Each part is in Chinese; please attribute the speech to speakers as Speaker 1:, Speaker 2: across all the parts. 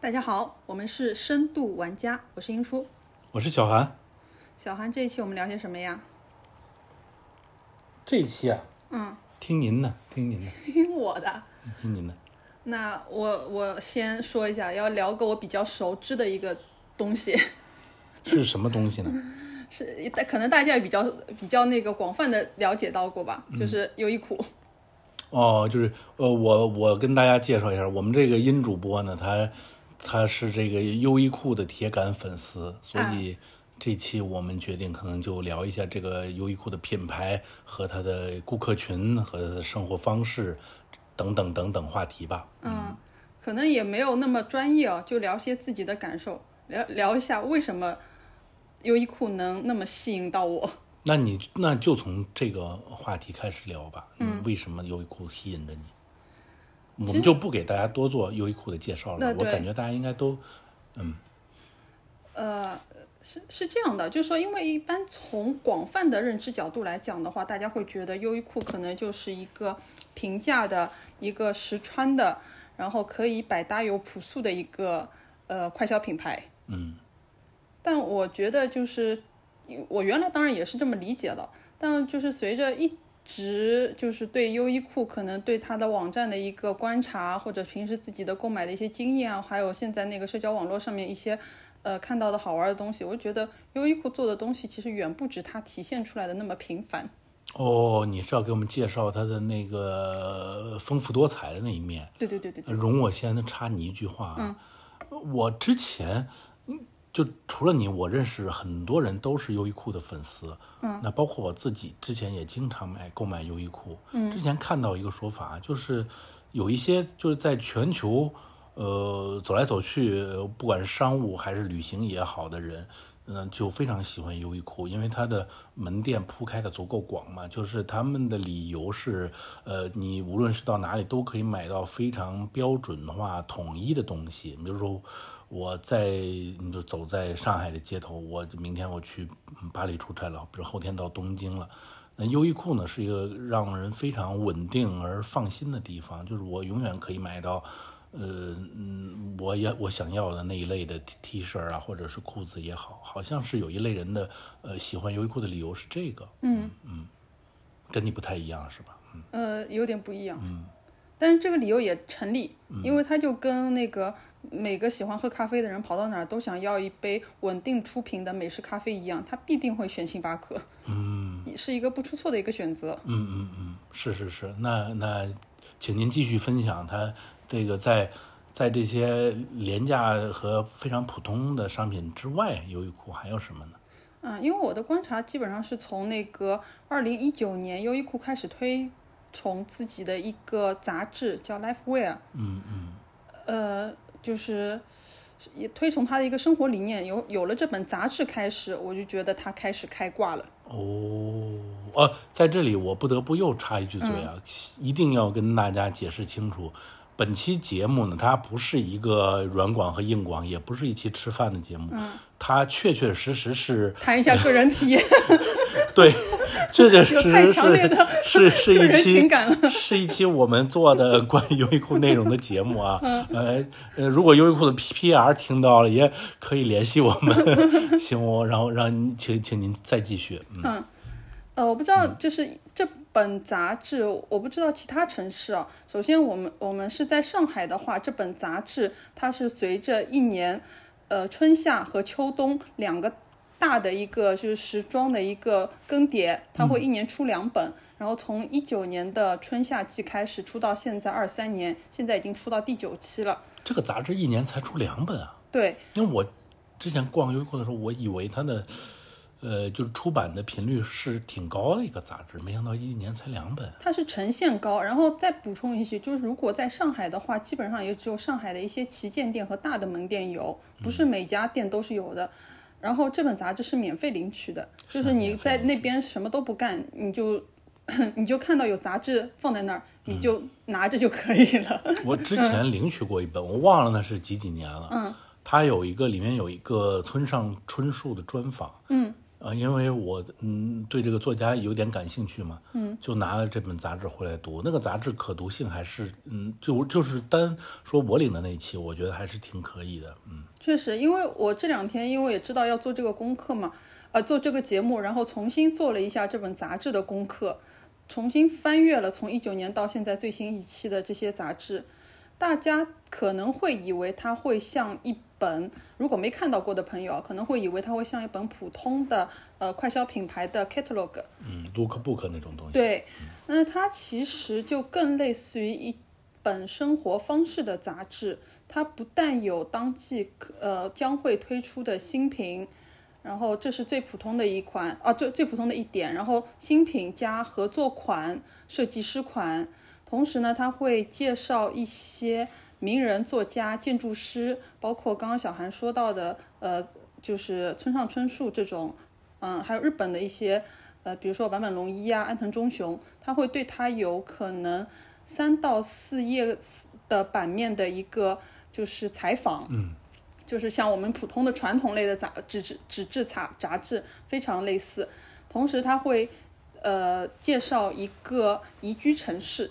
Speaker 1: 大家好，我们是深度玩家，我是英叔。
Speaker 2: 我是小韩。
Speaker 1: 小韩，这一期我们聊些什么呀？
Speaker 2: 这一期啊，
Speaker 1: 嗯，
Speaker 2: 听您的，听您的，
Speaker 1: 听我的。
Speaker 2: 听您的。
Speaker 1: 那我我先说一下，要聊个我比较熟知的一个东西，
Speaker 2: 是什么东西呢？
Speaker 1: 是可能大家也比较比较那个广泛的了解到过吧，就是优衣库。
Speaker 2: 哦，就是呃，我我跟大家介绍一下，我们这个音主播呢，他他是这个优衣库的铁杆粉丝，所以
Speaker 1: 啊
Speaker 2: 这期我们决定可能就聊一下这个优衣库的品牌和它的顾客群和它的生活方式等等等等话题吧。
Speaker 1: 嗯，可能也没有那么专业哦，就聊些自己的感受，聊聊一下为什么优衣库能那么吸引到我。
Speaker 2: 那你那就从这个话题开始聊吧。嗯，为什么优衣库吸引着你？我们就不给大家多做优衣库的介绍了
Speaker 1: 对，
Speaker 2: 我
Speaker 1: 对
Speaker 2: 感觉大家应该都
Speaker 1: 呃，是是这样的，就是说，因为一般从广泛的认知角度来讲的话，大家会觉得优衣库可能就是一个平价的、一个实穿的，然后可以百搭又朴素的一个呃快消品牌。
Speaker 2: 嗯
Speaker 1: 但我觉得就是我原来当然也是这么理解的，但就是随着一直就是对优衣库可能对它的网站的一个观察，或者平时自己的购买的一些经验啊，还有现在那个社交网络上面一些呃看到的好玩的东西，我就觉得优衣库做的东西其实远不止它体现出来的那么平凡。
Speaker 2: 哦，你是要给我们介绍它的那个丰富多彩的那一面。
Speaker 1: 对对对对对，
Speaker 2: 容我先插你一句话，啊，我之前嗯就除了你，我认识很多人都是优衣库的粉丝，嗯，那包括我自己之前也经常买购买优衣库，嗯，之前看到一个说法，就是有一些就是在全球，呃，走来走去，呃不管是商务还是旅行也好的人。嗯，就非常喜欢优衣库，因为它的门店铺开的足够广嘛。就是他们的理由是，呃，你无论是到哪里都可以买到非常标准化、统一的东西。比如说，我在你就走在上海的街头，我明天我去嗯巴黎出差了，比如后天到东京了。那优衣库呢，是一个让人非常稳定而放心的地方，就是我永远可以买到，呃，嗯，我也我想要的那一类的 T T 恤啊，或者是裤子也好，好像是有一类人的呃喜欢优衣库的理由是这个，
Speaker 1: 嗯
Speaker 2: 跟你不太一样是吧？嗯，
Speaker 1: 呃，有点不一样。但是这个理由也成立，因为它就跟那个每个喜欢喝咖啡的人跑到哪儿都想要一杯稳定出品的美式咖啡一样，他必定会选星巴克，嗯，是一个不出错的一个选择。
Speaker 2: 嗯嗯嗯，是是是，那那，请您继续分享它这个在在这些廉价和非常普通的商品之外，优衣库还有什么呢？
Speaker 1: 嗯，因为我的观察基本上是从那个二零一九年优衣库开始推崇自己的一个杂志叫《Life Wear》，
Speaker 2: 嗯嗯
Speaker 1: 呃，就是也推崇他的一个生活理念。有有了这本杂志开始，我就觉得他开始开挂了。
Speaker 2: 哦，呃、在这里我不得不又插一句嘴啊，一定要跟大家解释清楚。本期节目呢，它不是一个软广和硬广，也不是一期吃饭的节目，它确确实实是
Speaker 1: 谈一下个人体验。
Speaker 2: 对，这确实
Speaker 1: 有太强烈的
Speaker 2: 是是是
Speaker 1: 个人
Speaker 2: 一
Speaker 1: 情
Speaker 2: 期
Speaker 1: 感了
Speaker 2: 是一期我们做的关于优衣库内容的节目啊。
Speaker 1: 嗯
Speaker 2: 呃呃，如果优衣库的 P P R 听到了，也可以联系我 们。行，我然后让您请请您再继续。嗯
Speaker 1: 呃，我不知道，就是这本杂志，我不知道其他城市啊。首先，我们我们是在上海的话，这本杂志它是随着一年，呃，春夏和秋冬两个大的一个就是时装的一个更迭，它会一年出两本。然后从一九年的春夏季开始出到现在二三年，现在已经出到第九期了。
Speaker 2: 这个杂志一年才出两本啊，
Speaker 1: 对，
Speaker 2: 因为我之前逛优衣库的时候，我以为它的。呃，就是出版的频率是挺高的一个杂志，没想到一年才两本。
Speaker 1: 它是呈现高，然后再补充一句，就是如果在上海的话，基本上也只有上海的一些旗舰店和大的门店有，不是每家店都是有的。然后这本杂志是免费领取的，就是你在那边什么都不干，你就 你就看到有杂志放在那儿，你就拿着就可以了。
Speaker 2: 我之前领取过一本，我忘了那是几几年了。嗯，它有一个里面有一个村上春树的专访。嗯，呃，因为我嗯对这个作家有点感兴趣嘛，嗯，就拿了这本杂志回来读。那个杂志可读性还是嗯，就就是单说我领的那一期，我觉得还是挺可以的，嗯。
Speaker 1: 确实，因为我这两天因为也知道要做这个功课嘛，呃，做这个节目，然后重新做了一下这本杂志的功课，重新翻阅了从一九年到现在最新一期的这些杂志。大家可能会以为它会像一本，如果没看到过的朋友啊，可能会以为它会像一本普通的呃快消品牌的 catalog，
Speaker 2: 嗯，lookbook 那种东西。
Speaker 1: 对，那它其实就更类似于一本生活方式的杂志，它不但有当季可呃将会推出的新品，然后这是最普通的一款啊，最最普通的一点，然后新品加合作款、设计师款，同时呢，它会介绍一些名人、作家、建筑师，包括刚刚小韩说到的，呃，就是村上春树这种，嗯，还有日本的一些，呃，比如说坂本龙一啊、安藤忠雄，他会对他有可能三到四页的版面的一个就是采访，
Speaker 2: 嗯，
Speaker 1: 就是像我们普通的传统类的杂纸质纸质杂杂志非常类似，同时它会呃介绍一个宜居城市，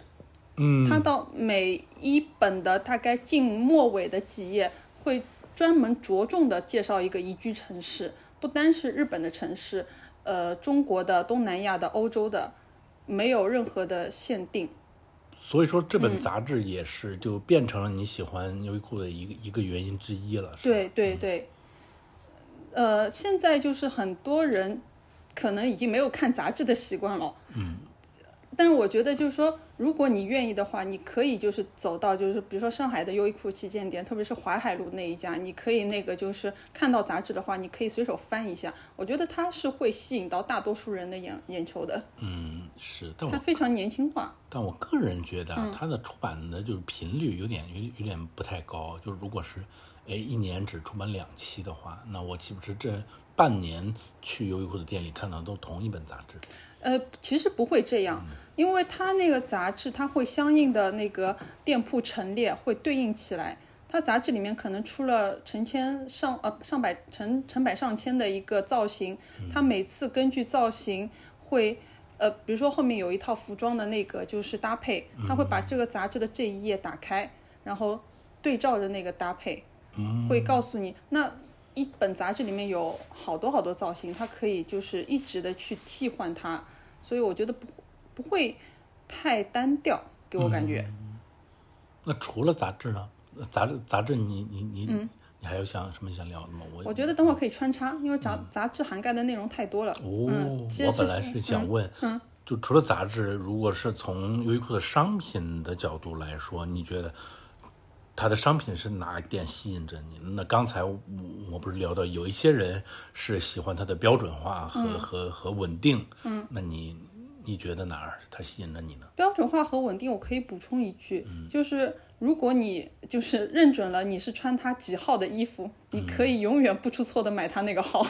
Speaker 2: 嗯，
Speaker 1: 它到每一本的大概近末尾的几页会专门着重的介绍一个宜居城市，不单是日本的城市，呃，中国的、东南亚的、欧洲的，没有任何的限定。
Speaker 2: 所以说这
Speaker 1: 嗯
Speaker 2: 本杂志也是就变成了你喜欢优衣库的一个一个原因之一了。是吧
Speaker 1: 对对对，呃，现在就是很多人可能已经没有看杂志的习惯了。嗯。但我觉得就是说，如果你愿意的话，你可以就是走到就是比如说上海的优衣库旗舰店，特别是淮海路那一家，你可以那个就是看到杂志的话，你可以随手翻一下。我觉得它是会吸引到大多数人的眼眼球的，
Speaker 2: 嗯，是，但
Speaker 1: 它
Speaker 2: 我
Speaker 1: 非常年轻化。
Speaker 2: 但我个人觉得啊它的出版的就是频率有点有点有点不太高，就是如果是哎一年只出版两期的话，那我岂不是这半年去优衣库的店里看到都同一本杂志？
Speaker 1: 呃，其实不会这样，因为它那个杂志，它会相应的那个店铺陈列会对应起来。它杂志里面可能出了成千上呃上百成成百上千的一个造型，它每次根据造型会呃，比如说后面有一套服装的那个就是搭配，它会把这个杂志的这一页打开，然后对照着那个搭配，会告诉你那。一本杂志里面有好多好多造型，它可以就是一直的去替换它，所以我觉得不不会太单调，给我感觉。
Speaker 2: 那除了杂志呢？呃杂志杂志你你你、你还有想什么想聊的吗？我
Speaker 1: 我觉得等会儿可以穿插，因为杂、杂志涵盖的内容太多了。
Speaker 2: 哦，
Speaker 1: 嗯，其
Speaker 2: 我
Speaker 1: 实
Speaker 2: 本来是想问，嗯，就除了杂志，如果是从优衣库的商品的角度来说，你觉得它的商品是哪一点吸引着你？那刚才我我不是聊到有一些人是喜欢它的标准化和、和和稳定，嗯，那你你觉得哪儿它吸引着你呢？
Speaker 1: 标准化和稳定，我可以补充一句，就是如果你就是认准了你是穿它几号的衣服，你可以永远不出错的买它那个号。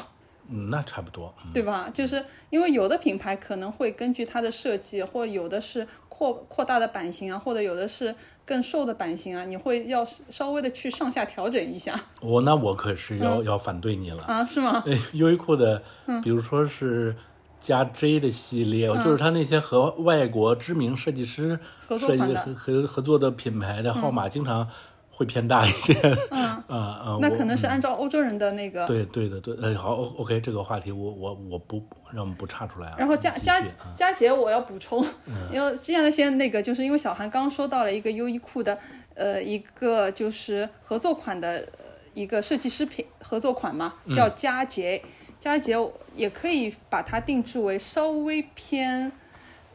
Speaker 2: 嗯，那差不多，嗯
Speaker 1: 对吧？就是因为有的品牌可能会根据它的设计，或有的是扩扩大的版型啊，或者有的是更瘦的版型啊，你会要稍微的去上下调整一下
Speaker 2: 我那我可是要、要反对你了。
Speaker 1: 啊，是吗？
Speaker 2: 哎 优衣库的，比如说是加 J 的系列，就是它那些和外国知名设计师
Speaker 1: 嗯合作
Speaker 2: 设计
Speaker 1: 款
Speaker 2: 的
Speaker 1: 的嗯
Speaker 2: 合合合作的品牌的号码，经常会偏大一些。 啊啊，
Speaker 1: 那
Speaker 2: 我
Speaker 1: 可能是按照欧洲人的那个，
Speaker 2: 对对的对，哎，好，O OK，这个话题我我我不让我们不岔出来啊。嗯
Speaker 1: 然后佳
Speaker 2: 继续
Speaker 1: 佳佳姐，我要补充， 因为接下来先那个，就是因为小韩刚刚说到了一个优衣库的，呃，一个就是合作款的呃一个设计师品合作款嘛，
Speaker 2: 嗯
Speaker 1: 叫佳洁。佳洁也可以把它定制为稍微偏，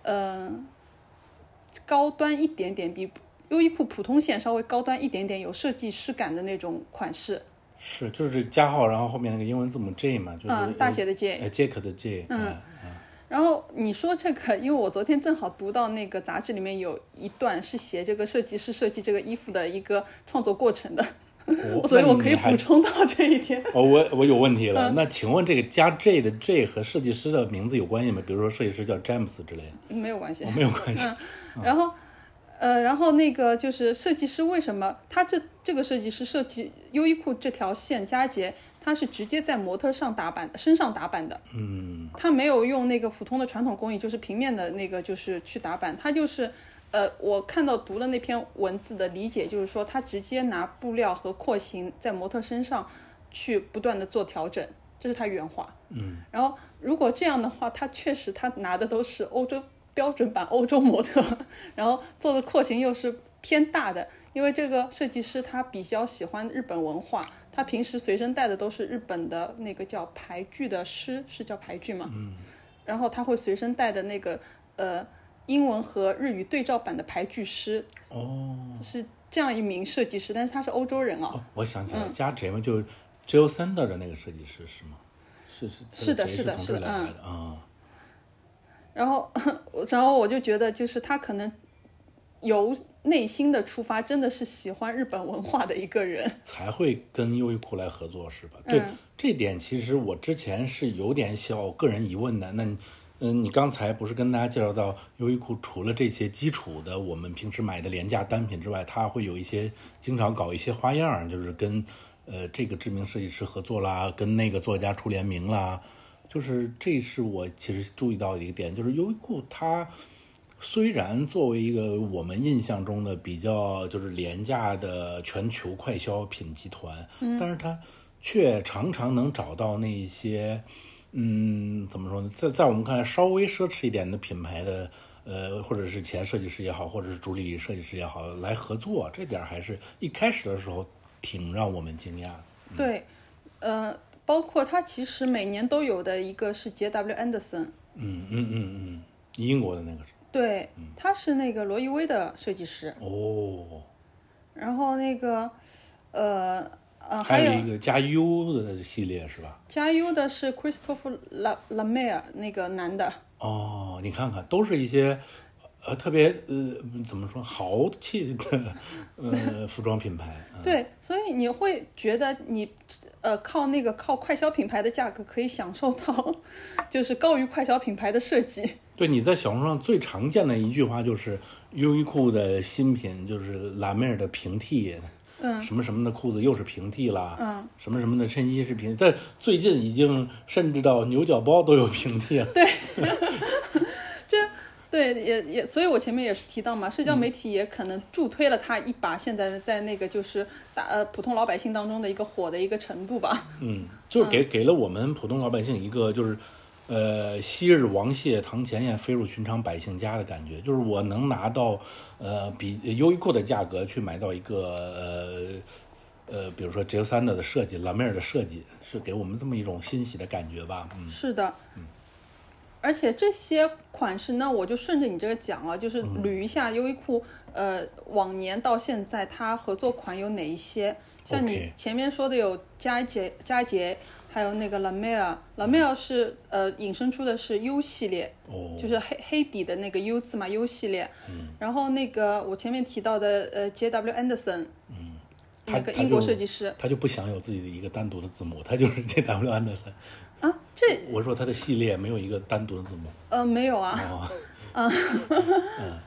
Speaker 1: 呃，高端一点点，比优衣库普通线稍微高端一点点，有设计师感的那种款式。
Speaker 2: 是就是这个加号，然后后面那个英文字母 J 嘛，就是
Speaker 1: 嗯大写的 J
Speaker 2: 哎，Jack 的 J，嗯，
Speaker 1: 然后你说这个，因为我昨天正好读到那个杂志里面有一段是写这个设计师设计这个衣服的一个创作过程的， 所以
Speaker 2: 哦那
Speaker 1: 我可以
Speaker 2: 你还
Speaker 1: 补充到这一点。
Speaker 2: 哦，我我有问题了。
Speaker 1: 嗯
Speaker 2: 那请问这个加 J 的 J 和设计师的哦名字有关系吗？比如说设计师叫詹姆斯之类的，嗯
Speaker 1: 没有关系。嗯
Speaker 2: 没有关系。
Speaker 1: 然后，呃，然后那个就是设计师为什么他这这个设计师设计优衣库这条线佳节，他是直接在模特上打版身上打版的，
Speaker 2: 嗯，
Speaker 1: 他没有用那个普通的传统工艺，就是平面的那个就是去打版，他就是。呃，我看到读了那篇文字的理解，就是说他直接拿布料和廓形在模特身上去不断的做调整，这是他原话。嗯，然后如果这样的话，他确实他拿的都是欧洲标准版欧洲模特， 然后做的廓形又是偏大的，因为这个设计师他比较喜欢日本文化，他平时随身带的都是日本的那个叫牌具的诗，是叫牌具吗？嗯，然后他会随身带的那个呃英文和日语对照版的牌具诗，
Speaker 2: 哦，
Speaker 1: 是这样一名设计师，但是他是欧洲人啊，
Speaker 2: 哦，我想起来，加杰嘛，就是 Jill Sander 的那个设计师是吗？是是
Speaker 1: 是的
Speaker 2: 他
Speaker 1: 是的
Speaker 2: 杰
Speaker 1: 是
Speaker 2: 从
Speaker 1: 的嗯
Speaker 2: 这来的啊，
Speaker 1: 然后， 然后我就觉得，就是他可能由内心的出发，真的是喜欢日本文化的一个人。
Speaker 2: 才会跟优衣库来合作是吧？对，这点其实我之前是有点小个人疑问的。那你，嗯，你刚才不是跟大家介绍到优衣库除了这些基础的我们平时买的廉价单品之外，它会有一些经常搞一些花样儿，就是跟呃这个知名设计师合作啦，跟那个作家出联名啦，就是这是我其实注意到的一个点，就是优衣库它。虽然作为一个我们印象中的比较就是廉价的全球快消品集团，但是它却常常能找到那些，嗯，怎么说呢，在在我们看来稍微奢侈一点的品牌的，呃，或者是前设计师也好，或者是主理设计师也好来合作，这点儿还是一开始的时候挺让我们惊讶的。
Speaker 1: 对，呃，包括他其实每年都有的一个是 J.W. Anderson，
Speaker 2: 嗯嗯嗯嗯，英国的那个是
Speaker 1: 对，
Speaker 2: 嗯
Speaker 1: 他是那个罗意威的设计师。
Speaker 2: 哦，
Speaker 1: 然后那个，呃呃，还
Speaker 2: 还有
Speaker 1: 有
Speaker 2: 一个加 U 的系列是吧？
Speaker 1: 加 U 的是 Christopher La La m e r 那个男的，
Speaker 2: 哦，你看看，都是一些呃特别呃怎么说豪气的呃服装品牌。嗯
Speaker 1: 对，所以你会觉得你，呃，靠那个靠快消品牌的价格可以享受到，就是高于快消品牌的设计。
Speaker 2: 对，你在小红书上最常见的一句话就是优衣库的新品就是拉妹儿的平替。嗯，什么什么的裤子又是平替啦，嗯，什么什么的衬衣是平，但最近已经甚至到牛角包都有平替了，
Speaker 1: 对，也也，所以我前面也是提到嘛，社交媒体也可能助推了他一把，现在在那个就是大呃普通老百姓当中的一个火的一个程度吧。
Speaker 2: 嗯，就是给给了我们普通老百姓一个就是，呃，昔日王谢堂前燕，飞入寻常百姓家的感觉。就是我能拿到，呃，比优衣库的价格去买到一个呃呃，比如说 J 三的的设计，拉梅尔的设计，是给我们这么一种欣喜的感觉吧？嗯，
Speaker 1: 是的，而且这些款式呢，我就顺着你这个讲啊，就是
Speaker 2: 嗯
Speaker 1: 捋一下优衣库，呃，往年到现在它合作款有哪一些？像你
Speaker 2: OK
Speaker 1: 前面说的有佳洁、佳洁，还有那个 La
Speaker 2: 嗯
Speaker 1: Mer，La Mer 是呃引申出的是 U 系列，
Speaker 2: 哦，嗯
Speaker 1: 就是黑黑底的那个 U 字嘛，U 系列。然后那个我前面提到的呃 J.W. Anderson，
Speaker 2: 他
Speaker 1: 那个
Speaker 2: 嗯他
Speaker 1: 英国
Speaker 2: 就
Speaker 1: 设计师
Speaker 2: 他就不想有自己的一个单独的字母，他就是 J W 安德森。
Speaker 1: 啊，这
Speaker 2: 我说他的系列没有一个单独的字母。
Speaker 1: 呃没有啊。
Speaker 2: 哦，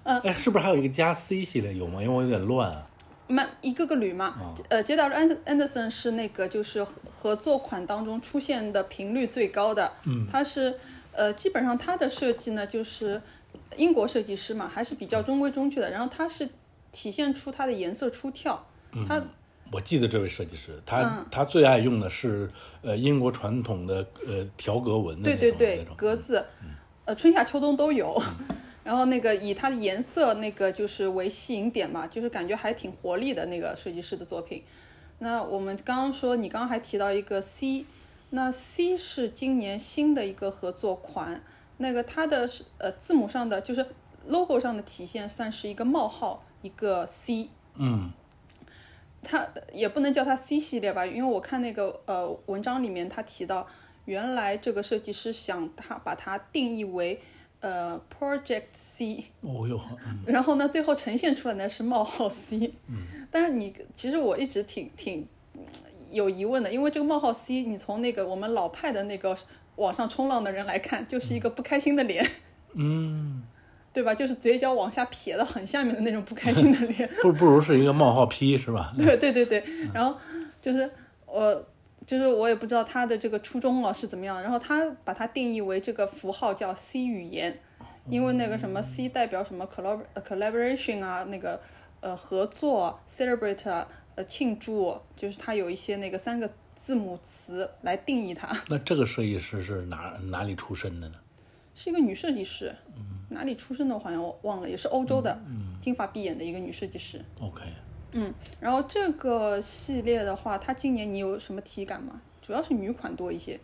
Speaker 2: 嗯，哎，是不是还有一个加 C 系列有吗？因为我有点乱啊。
Speaker 1: 慢一个个捋嘛。呃，J.W. Anderson 是那个就是合合作款当中出现的频率最高的，嗯，它是呃基本上它的设计呢就是英国设计师嘛，还是比较中规中矩的。然后它是体现出它的颜色出跳，它
Speaker 2: 我记得这位设计师，他、他最爱用的是呃英国传统的呃条格纹的
Speaker 1: 对
Speaker 2: 那种
Speaker 1: 对对
Speaker 2: 那种，嗯
Speaker 1: 格子，呃，春夏秋冬都有。 然后那个以它的颜色那个就是为吸引点嘛，就是感觉还挺活力的那个设计师的作品。那我们刚刚说，你刚刚还提到一个 C，那 C 是今年新的一个合作款，那个它的是呃字母上的就是 logo 上的体现算是一个冒号一个 C，
Speaker 2: 嗯
Speaker 1: 它也不能叫它 C 系列吧，因为我看那个呃文章里面他提到，原来这个设计师想他把它定义为呃 Project C，
Speaker 2: 哦哟，嗯
Speaker 1: 然后呢最后呈现出来呢是冒号 C，嗯， 但是你其实我一直挺挺嗯有疑问的，因为这个冒号 C，你从那个我们老派的那个网上冲浪的人来看，就是一个不开心的脸，
Speaker 2: 嗯，
Speaker 1: 对吧？就是嘴角往下撇的很下面的那种不开心的脸。
Speaker 2: 不不如是一个冒号 P 是吧？
Speaker 1: 对对对对，然后就是我。就是我也不知道他的这个初衷哦是怎么样，然后他把它定义为这个符号叫 C 语言，因为那个什么 C 代表什么 collab 呃 collaboration 啊，那个呃合作，celebrate 啊呃庆祝，就是它有一些那个三个字母词来定义它。
Speaker 2: 那这个设计师是哪哪里出身的呢？
Speaker 1: 是一个女设计师，哪里出身的我好像我忘了，也是欧洲的，金发碧眼的一个女设计师。
Speaker 2: ？OK，
Speaker 1: 嗯，然后这个系列的话，它今年你有什么体感吗？主要是女款多一些。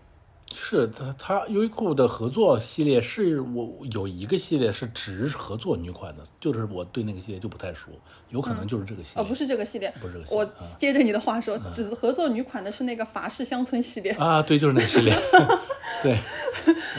Speaker 2: 是他他优衣库的合作系列是我有一个系列是只合作女款的，就是我对那个系列就不太熟，有可能就是这个系
Speaker 1: 哦，
Speaker 2: 列。
Speaker 1: 不是这个系列，
Speaker 2: 嗯不是这个系列嗯
Speaker 1: 我
Speaker 2: 啊
Speaker 1: 接着你的话说，只合作女款的是那个法式乡村系列，
Speaker 2: 啊，对，就是那个系列，对，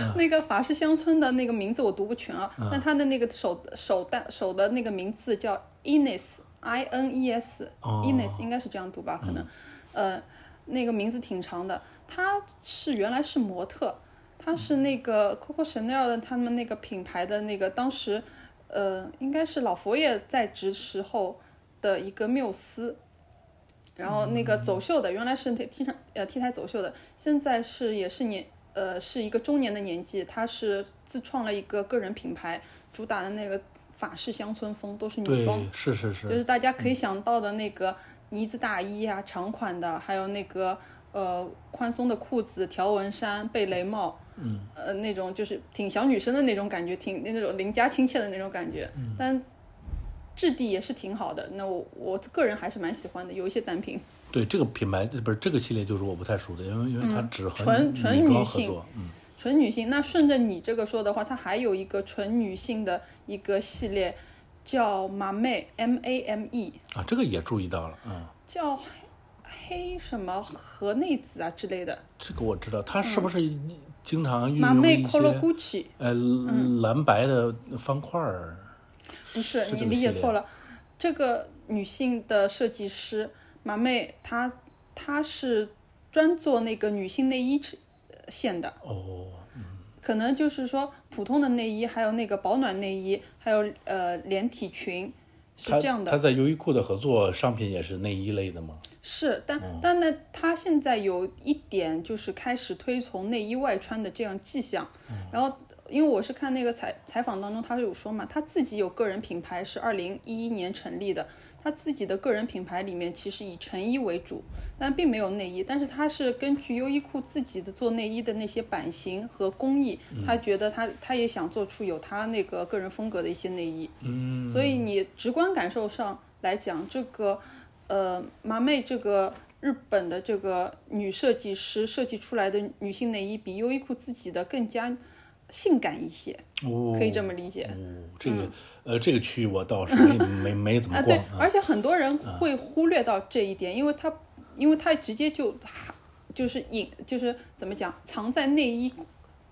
Speaker 2: 嗯
Speaker 1: 那个法式乡村的那个名字我读不全啊，但它的那个手手带手的那个名字叫 Ines I N E S、
Speaker 2: 哦嗯
Speaker 1: Ines 应该是这样读吧，可能，呃，那个名字挺长的，她是原来是模特，她是那个 Coco Chanel 的他们那个品牌的那个当时，呃，应该是老佛爷在职时候的一个缪斯。然后那个走秀的，原来是 T T 上呃 T 台走秀的，现在是也是年呃是一个中年的年纪，她是自创了一个个人品牌，主打的那个法式乡村风，都是女装，
Speaker 2: 对，是是是
Speaker 1: 就，是大家可以想到的那个呢子大衣啊，长款的，还有那个呃宽松的裤子、条纹衫、贝雷帽，嗯，呃那种就是挺小女生的那种感觉，挺那种邻家亲切的那种感觉，但质地也是挺好的。那我我个人还是蛮喜欢的，有一些单品，
Speaker 2: 对这个品牌不是这个系列就是我不太熟的，因为因为它只和
Speaker 1: 嗯纯纯
Speaker 2: 女
Speaker 1: 女
Speaker 2: 装合
Speaker 1: 性
Speaker 2: 作，嗯，
Speaker 1: 纯女性。那顺着你这个说的话，它还有一个纯女性的一个系列叫马妹 M A M E，
Speaker 2: 啊，这个也注意到了，嗯。
Speaker 1: 叫黑黑什么河内子啊之类的。
Speaker 2: 这个我知道，它是不是经常运
Speaker 1: 嗯马
Speaker 2: 用
Speaker 1: 妹
Speaker 2: 一
Speaker 1: Colo
Speaker 2: 些
Speaker 1: Gucci
Speaker 2: 呃
Speaker 1: 嗯
Speaker 2: 蓝白的方块儿？
Speaker 1: 不是
Speaker 2: 是这
Speaker 1: 你
Speaker 2: 个
Speaker 1: 理
Speaker 2: 系
Speaker 1: 解
Speaker 2: 列
Speaker 1: 错了，这个女性的设计师马妹，她她是专做那个女性内衣尺呃线的，
Speaker 2: 哦，
Speaker 1: 可能就是说普通的内衣，还有那个保暖内衣，还有呃连体裙，是
Speaker 2: 它
Speaker 1: 这样的。
Speaker 2: 它在优衣库的合作商品也是内衣类的吗？
Speaker 1: 是，但但呢，他现在有一点就是开始推崇内衣外穿的这样迹象。然后，因为我是看那个采采访当中，他有说嘛，他自己有个人品牌是二零一一年成立的，他自己的个人品牌里面其实以成衣为主，但并没有内衣，但是他是根据优衣库自己的做内衣的那些版型和工艺，他觉得他他也想做出有他那个个人风格的一些内衣。
Speaker 2: 嗯，
Speaker 1: 所以你直观感受上来讲，这个呃麻妹这个日本的这个女设计师设计出来的女性内衣，比优衣库自己的更加性感一些，
Speaker 2: 哦，
Speaker 1: 可以这么理解。
Speaker 2: 哦，这个呃这个区域我倒是没没没怎么
Speaker 1: 啊，
Speaker 2: 逛
Speaker 1: 对，而且很多人会忽略到这一点，因为它，因为它直接就，就是隐，就是怎么讲，藏在内衣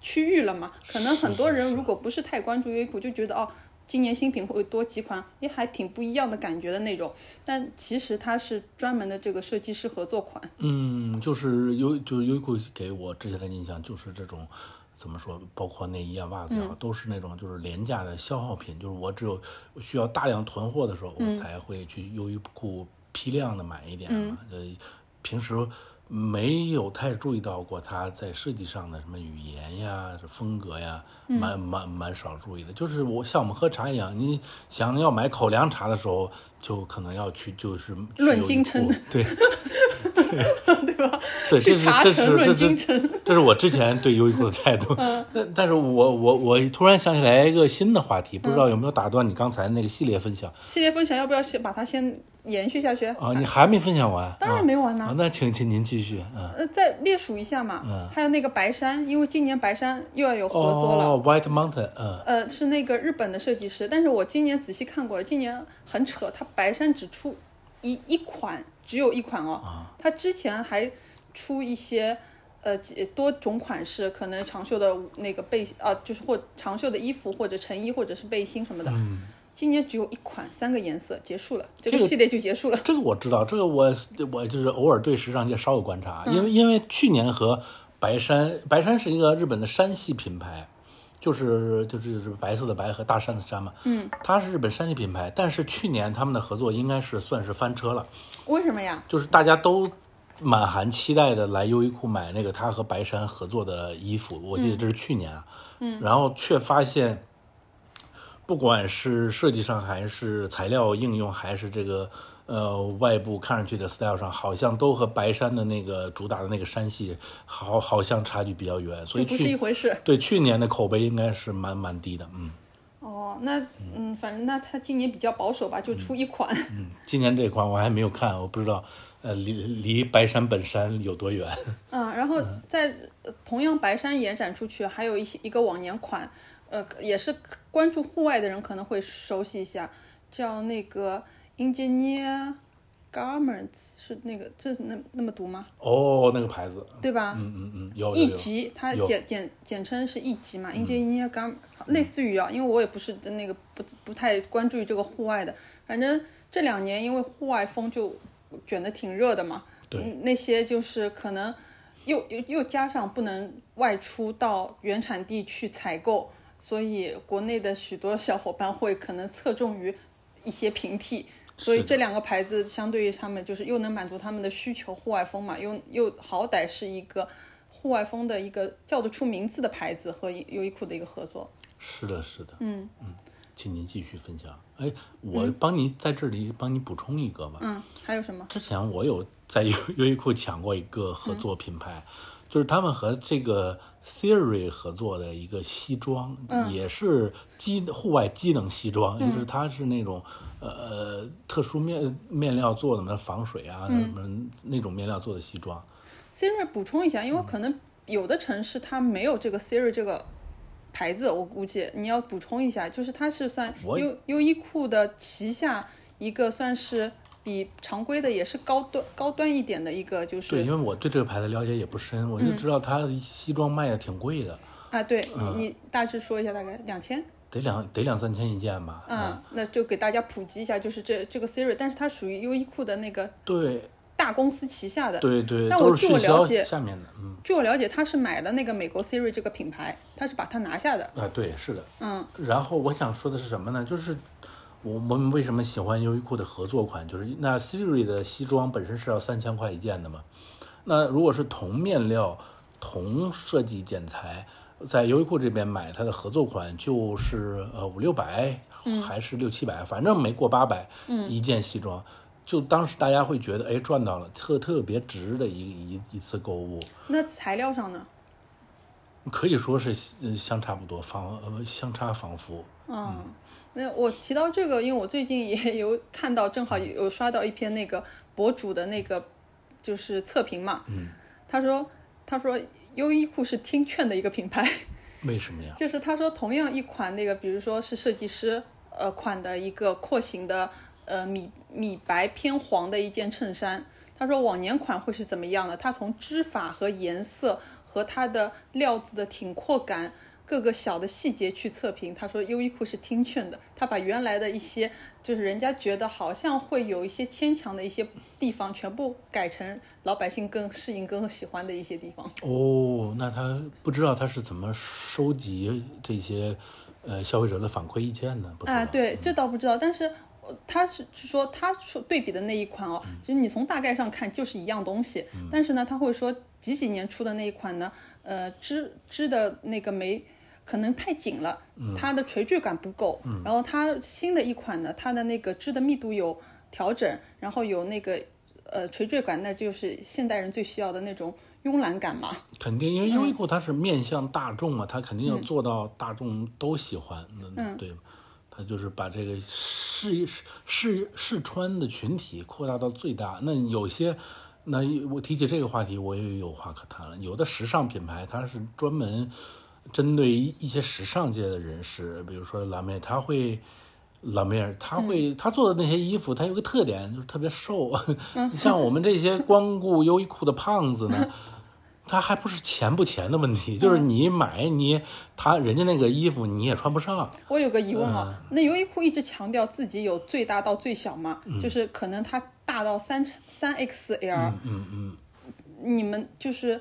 Speaker 1: 区域了嘛。可能很多人如果不是太关注优衣库，就觉得哦，今年新品会多几款，也还挺不一样的感觉的那种。但其实它是专门的这个设计师合作款。
Speaker 2: 嗯，就是优就是优衣库给我之前的印象就是这种，怎么说，包括内衣啊、袜子啊，都是那种就是廉价的消耗品，就是我只有需要大量囤货的时候，我才会去优衣库批量的买一点嘛。呃，平时没有太注意到过它在设计上的什么语言呀、风格呀，蛮蛮蛮少注意的。就是我像我们喝茶一样，你想要买口粮茶的时候，就可能要去就是去
Speaker 1: 论
Speaker 2: 优衣
Speaker 1: 斤称
Speaker 2: 库， 对。
Speaker 1: 对吧？
Speaker 2: 对，
Speaker 1: 去
Speaker 2: 这是
Speaker 1: 查
Speaker 2: 这
Speaker 1: 城
Speaker 2: 是
Speaker 1: 论嗯
Speaker 2: 这
Speaker 1: 斤
Speaker 2: 是这是我之前对优衣库的态度。 但但是我我我突然想起来一个新的话题，不
Speaker 1: 嗯
Speaker 2: 知道有没有打断你刚才那个系列分享
Speaker 1: 系列分享要不要先把它先延续下去？
Speaker 2: 啊？你还没分享完？
Speaker 1: 当然
Speaker 2: 啊
Speaker 1: 没完啦、
Speaker 2: 啊，那请请您继续啊。
Speaker 1: 呃，再列数一下嘛，还有那个白山，因为今年白山又要有合作了，
Speaker 2: 哦，White Mountain，嗯，
Speaker 1: 呃，是那个日本的设计师，但是我今年仔细看过了，今年很扯，它白山只出一一款，只有一款哦。它之前还出一些呃几多种款式，可能长袖的那个背心啊，就是或长袖的衣服或者成衣或者是背心什么的。今年只有一款，三个颜色，结束了，这个
Speaker 2: 这个
Speaker 1: 系列就结束了。
Speaker 2: 这个我知道，这个我我就是偶尔对时尚界稍有观
Speaker 1: 嗯
Speaker 2: 察，因为因为去年和白山，白山是一个日本的山系品牌，就是就是就是白色的白和大山的山嘛，嗯，它是日本山地品牌，但是去年他们的合作应该是算是翻车了，
Speaker 1: 为什么呀？
Speaker 2: 就是大家都满含期待的来优衣库买那个他和白山合作的衣服，我记得这是去年啊，嗯，然后却发现，不管是设计上还是材料应用，还是这个呃外部看上去的 style 上，好像都和白山的那个主打的那个山系好好像差距比较远，所
Speaker 1: 这
Speaker 2: 以
Speaker 1: 不是一
Speaker 2: 去嗯
Speaker 1: 回事。
Speaker 2: 对去年的口碑应该是蛮蛮低的，嗯
Speaker 1: 哦，那嗯，反正那他今年比较保守吧，就出一款。
Speaker 2: 嗯，今年这款我还没有看，我不知道呃离离白山本山有多远，
Speaker 1: 嗯，然后在呃同样白山延展出去，还有一些一个往年款，呃，也是关注户外的人可能会熟悉一下，叫那个 Engineer Garments，是那个这是那那么读吗？
Speaker 2: 哦，那个牌子，
Speaker 1: 对吧？
Speaker 2: 嗯嗯嗯，有有
Speaker 1: 一
Speaker 2: 有
Speaker 1: 级，它
Speaker 2: 有嗯
Speaker 1: 简简简称是一级嘛，engineer garment，类似于啊，因为我也不是那个不不太关注于这个户外的，反正这两年因为户外风就卷得挺热的嘛，
Speaker 2: 对
Speaker 1: 嗯，那些就是可能又又又加上不能外出到原产地去采购，所以国内的许多小伙伴会可能侧重于一些平替。所以
Speaker 2: 是的
Speaker 1: 这两个牌子相对于他们，就是又能满足他们的需求，户外风嘛，又又好歹是一个户外风的一个叫得出名字的牌子和优衣库的一个合作。
Speaker 2: 是的，是的，嗯请您继续分享。哎，我帮你在这里帮你补充一个吧。
Speaker 1: 嗯，还有什么？
Speaker 2: 之前我有在 优优衣库抢过一个合作品
Speaker 1: 嗯
Speaker 2: 牌，就是他们和这个 Theory 合作的一个西装，
Speaker 1: 嗯
Speaker 2: 也是机户外机能西装，就是它是那种呃特殊面面料做的，那防水啊，
Speaker 1: 嗯
Speaker 2: 什么、那种面料做的西装。
Speaker 1: Siri 补充一下，
Speaker 2: 嗯
Speaker 1: 因为可能有的城市它没有这个 Siri 这个牌子，我估计你要补充一下，就是它是算
Speaker 2: 我
Speaker 1: 优优衣库的旗下一个算是比常规的也是高端高端一点的一个，就
Speaker 2: 对，因
Speaker 1: 是嗯
Speaker 2: 为我对这个牌子了解也不深，我就知道它西装卖的挺贵的，
Speaker 1: 啊，对
Speaker 2: 嗯
Speaker 1: 你你大致说一下，大概两千。
Speaker 2: 得两得两三千一件吧。
Speaker 1: 嗯，那就给大家普及一下，就是这这个 Siri，但是它属于优衣库的那个
Speaker 2: 对，
Speaker 1: 大公司旗下的。
Speaker 2: 对对，
Speaker 1: 但
Speaker 2: 都
Speaker 1: 我
Speaker 2: 是
Speaker 1: 据我
Speaker 2: 迅
Speaker 1: 了
Speaker 2: 销
Speaker 1: 解
Speaker 2: 下面的，嗯
Speaker 1: 据我了解，他是买了那个美国 Siri 这个品牌，他是把它拿下的。
Speaker 2: 啊，对，是的。
Speaker 1: 嗯
Speaker 2: 然后我想说的是什么呢？就是我们为什么喜欢优衣库的合作款，就是那 Siri 的西装本身是要三千块一件的嘛，那如果是同面料、同设计剪裁，在优衣库这边买它的合作款就是呃五六百，还是六七百，反正没过八百，一件西装。就当时大家会觉得，哎，赚到了，特特别值的一一一次购物。
Speaker 1: 那材料上呢？
Speaker 2: 可以说是呃相差不多，仿呃相差仿佛。
Speaker 1: 嗯，那我提到这个，因为我最近也 有看到，正好有刷到一篇那个博主的那个就是测评嘛。嗯，他说他说优衣库是听劝的一个品牌。
Speaker 2: 为什么呀？
Speaker 1: 就是他说同样一款那个，比如说是设计师呃款的一个廓形的呃米米白偏黄的一件衬衫，他说往年款会是怎么样的？它从织法和颜色和它的料子的挺阔感。各个小的细节去测评，他说优衣库是听劝的，他把原来的一些就是人家觉得好像会有一些牵强的一些地方，全部改成老百姓更适应、更喜欢的一些地方。
Speaker 2: 哦，那他不知道他是怎么收集这些呃消费者的反馈意见呢？不知道。
Speaker 1: 啊，对，这倒不知道，但是呃他是是说他说对比的那一款哦，
Speaker 2: 嗯
Speaker 1: 其实你从大概上看就是一样东西，但是呢，他会说几几年出的那一款呢，呃，织织的那个眉可能太紧了，
Speaker 2: 嗯
Speaker 1: 它的垂坠感不够，然后它新的一款呢，它的那个织的密度有调整，然后有那个呃垂坠感，那就是现代人最需要的那种慵懒感嘛，
Speaker 2: 肯定，因为优衣库它是面向大众嘛，它肯定要做到大众都喜欢。嗯，对，它就是把这个试试试试穿的群体扩大到最大。那有些，那我提起这个话题，我也有话可谈了。有的时尚品牌，它是专门针对一一些时尚界的人士，比如说蓝妹，她会。拉梅尔，他会他做的那些衣服，他有个特点就是特别瘦， 像我们这些光顾优衣库的胖子呢，他还不是钱不钱的问题，就是
Speaker 1: 嗯
Speaker 2: 你买你他人家那个衣服你也穿不上，
Speaker 1: 我有个疑问啊，
Speaker 2: 嗯
Speaker 1: 那优衣库一直强调自己有最大到最小嘛，就是可
Speaker 2: 嗯
Speaker 1: 能它大到三三 XL，嗯嗯你们就是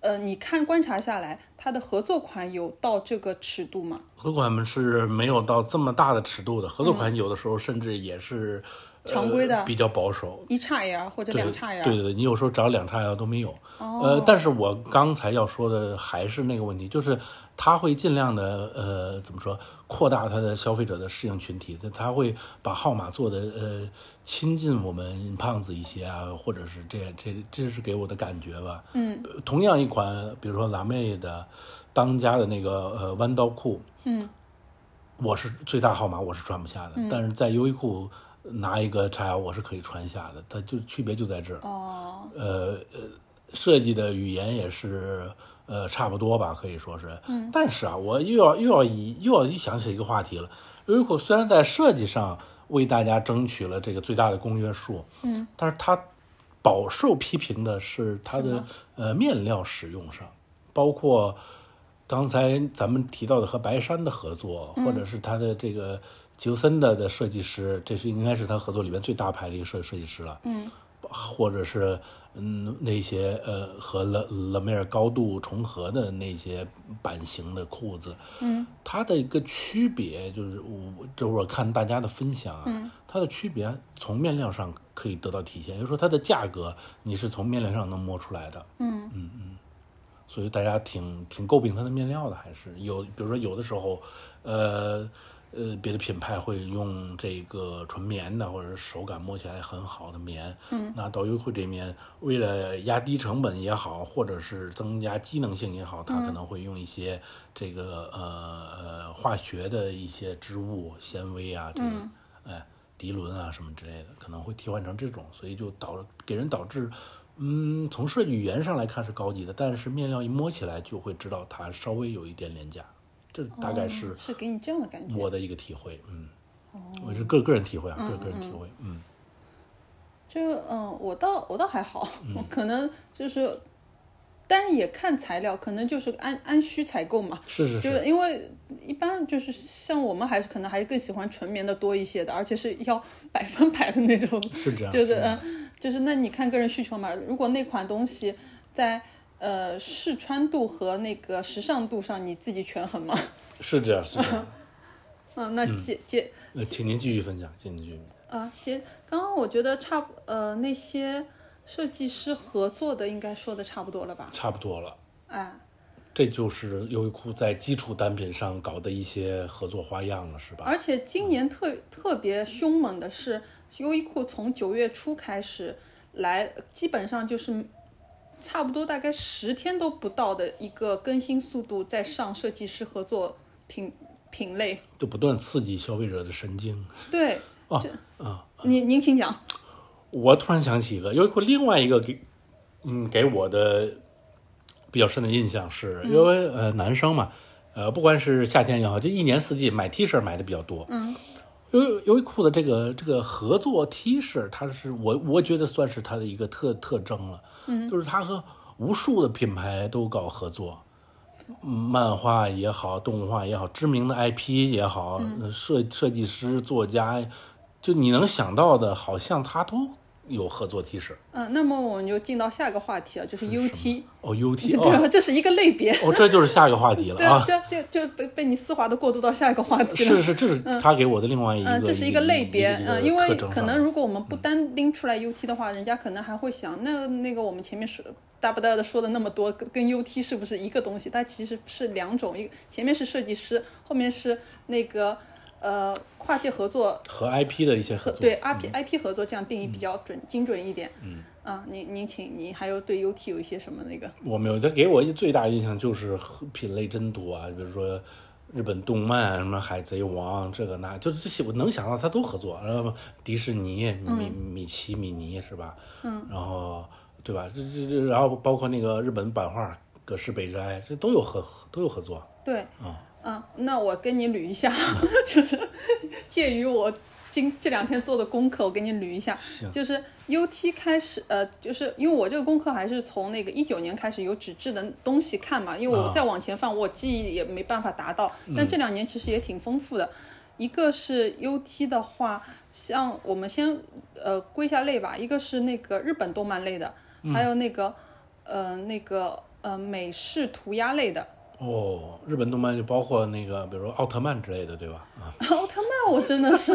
Speaker 1: 呃，你看观察下来，它的合作款有到这个尺度吗？
Speaker 2: 合作款是没有到这么大的尺度的，合作款有的时候甚至也是、呃
Speaker 1: 嗯常规的
Speaker 2: 比较保守。
Speaker 1: 一叉 L 或者
Speaker 2: 对
Speaker 1: 两叉哦 L？
Speaker 2: 呃对对对，你有时候找两叉腰都没有。呃，但是我刚才要说的还是那个问题，就是他会尽量的呃，怎么说，扩大他的消费者的适应群体，他会把号码做的呃亲近我们胖子一些啊，或者是这这这是给我的感觉吧。嗯，同样一款，比如说辣妹的当家的那个呃弯刀裤，我是最大号码，我是穿不下的。
Speaker 1: 嗯
Speaker 2: 但是在优衣库拿一个 XL，我是可以穿下的。它就区别就在这儿。
Speaker 1: 哦，
Speaker 2: 呃呃，设计的语言也是呃差不多吧，可以说是。嗯。但是啊，我又要又要以又要想起一个话题了。优衣库虽然在设计上为大家争取了这个最大的公约数，嗯，但是它饱受批评的是它的呃面料使用上，包括刚才咱们提到的和白山的合作，或者是他的这个吉尤森的的设计师，这是应该是他合作里面最大牌的一个设设计师了。嗯，或者是嗯那些呃和勒勒梅尔高度重合的那些版型的裤子，嗯，它的一个区别就是我这我看大家的分享啊，它的区别从面料上可以得到体现，也就是说它的价格你是从面料上能摸出来的，所以大家挺挺诟病它的面料的，还是有，比如说有的时候，呃呃，别的品牌会用这个纯棉的，或者是手感摸起来很好的棉，嗯，那到优惠这面，为了压低成本也好，或者是增加机能性也好，它可能会用一些这个呃呃化学的一些织物纤维啊，这个，哎，涤纶啊什么之类的，可能会替换成这种，所以就导给人导致，嗯，从设计语言上来看是高级的，但是面料一摸起来就会知道它稍微有一点廉价，这大概是
Speaker 1: 是给你这样的感觉。
Speaker 2: 我的一个体会，嗯，
Speaker 1: 哦
Speaker 2: 我是个个人体会啊，个个人体会，嗯，
Speaker 1: 就嗯，我倒我倒还好，
Speaker 2: 嗯
Speaker 1: 我 可能就是，但是也看材料，可能就是按按需采购嘛。
Speaker 2: 是是，
Speaker 1: 就是是因为一般就是像我们还是可能还是更喜欢纯棉的多一些的，而且是要 百分百的那种，
Speaker 2: 是这样，
Speaker 1: 就是
Speaker 2: 这样
Speaker 1: 嗯，就是那你看个人需求嘛。如果那款东西在呃试穿度和那个时尚度上你自己权衡嘛，
Speaker 2: 是这样，是这样。
Speaker 1: 嗯，那接接
Speaker 2: 那请您继续分享，请您继续分享。
Speaker 1: 啊，其实刚刚我觉得差不呃那些设计师合作的应该说的差不多了吧？
Speaker 2: 差不多了。
Speaker 1: 哎，
Speaker 2: 这就是优衣库在基础单品上搞的一些合作花样了，是吧？
Speaker 1: 而且今年特、特别凶猛的是，优衣库从九月初开始来，基本上就是差不多大概十天都不到的一个更新速度，在上设计师合作品品类。
Speaker 2: 就不断刺激消费者的神经。
Speaker 1: 对，
Speaker 2: 哦
Speaker 1: 这
Speaker 2: 啊，
Speaker 1: 您您请讲。
Speaker 2: 我突然想起一个优衣库另外一个给，嗯，给我的比较深的印象是，因为呃男生嘛，呃不管是夏天也好，就一年四季买 T 恤买的比较多。嗯，优优衣库的这个这个合作 T 恤，它是我我觉得算是它的一个特特征了。嗯，就是它和无数的品牌都搞合作。漫画也好，动画也好，知名的 IP 也好，呃
Speaker 1: 嗯
Speaker 2: 设设计师、作家，就你能想到的，好像他都有合作 T 恤。
Speaker 1: 嗯，那么我们就进到下一个话题啊，就是
Speaker 2: 么
Speaker 1: UT，
Speaker 2: 哦 ，UT
Speaker 1: 对啊
Speaker 2: 哦，
Speaker 1: 吧？这是一个类别，
Speaker 2: 哦，这就是下一个话题了
Speaker 1: 对啊
Speaker 2: 啊。，
Speaker 1: 这就就被被你丝滑的过渡到下一个话题了。
Speaker 2: 是是，这是他给我的另外一个，
Speaker 1: 嗯嗯，这是一个类别，
Speaker 2: 一个
Speaker 1: 嗯，因为
Speaker 2: 特征
Speaker 1: 可
Speaker 2: 上
Speaker 1: 能如果我们
Speaker 2: 嗯
Speaker 1: 不单拎出来 UT 的话，人家可能还会想，那那个我们前面说大不大的说了那么多，跟跟 UT 是不是一个东西？它其实是两种，一个前面是设计师，后面是那个呃跨界合作，
Speaker 2: 和 IP 的一些
Speaker 1: 合
Speaker 2: 合作，嗯
Speaker 1: 对 IP、IP 合作这样定义比较准、精准一点。嗯，啊，您您请您还有对 UT 有一些什么那个？
Speaker 2: 我没有，他给我一最大印象就是和品类真多啊，比如说日本动漫啊什么《海贼王》啊这个那，就是这些我能想到他都合作，然后迪士尼、米米奇、米妮是吧？嗯，然后对吧？这这这，然后包括那个日本版画葛饰北斋，这都有合都有合作。
Speaker 1: 对，啊，那我跟你捋一下， 就是介于我今这两天做的功课，我给你捋一下，就是 UT 开始，呃，就是因为我这个功课还是从那个一九年开始有纸质的东西看嘛，因为我
Speaker 2: 啊
Speaker 1: 再往前放，我记忆也没办法达到，但这两年其实也挺丰富的。一个是 UT 的话，像我们先呃归一下类吧，一个是那个日本动漫类的，还有那个呃那个呃美式涂鸦类的。
Speaker 2: 哦，日本动漫就包括那个，比如说奥特曼之类的，对吧？啊，
Speaker 1: 奥特哦曼，我真的是，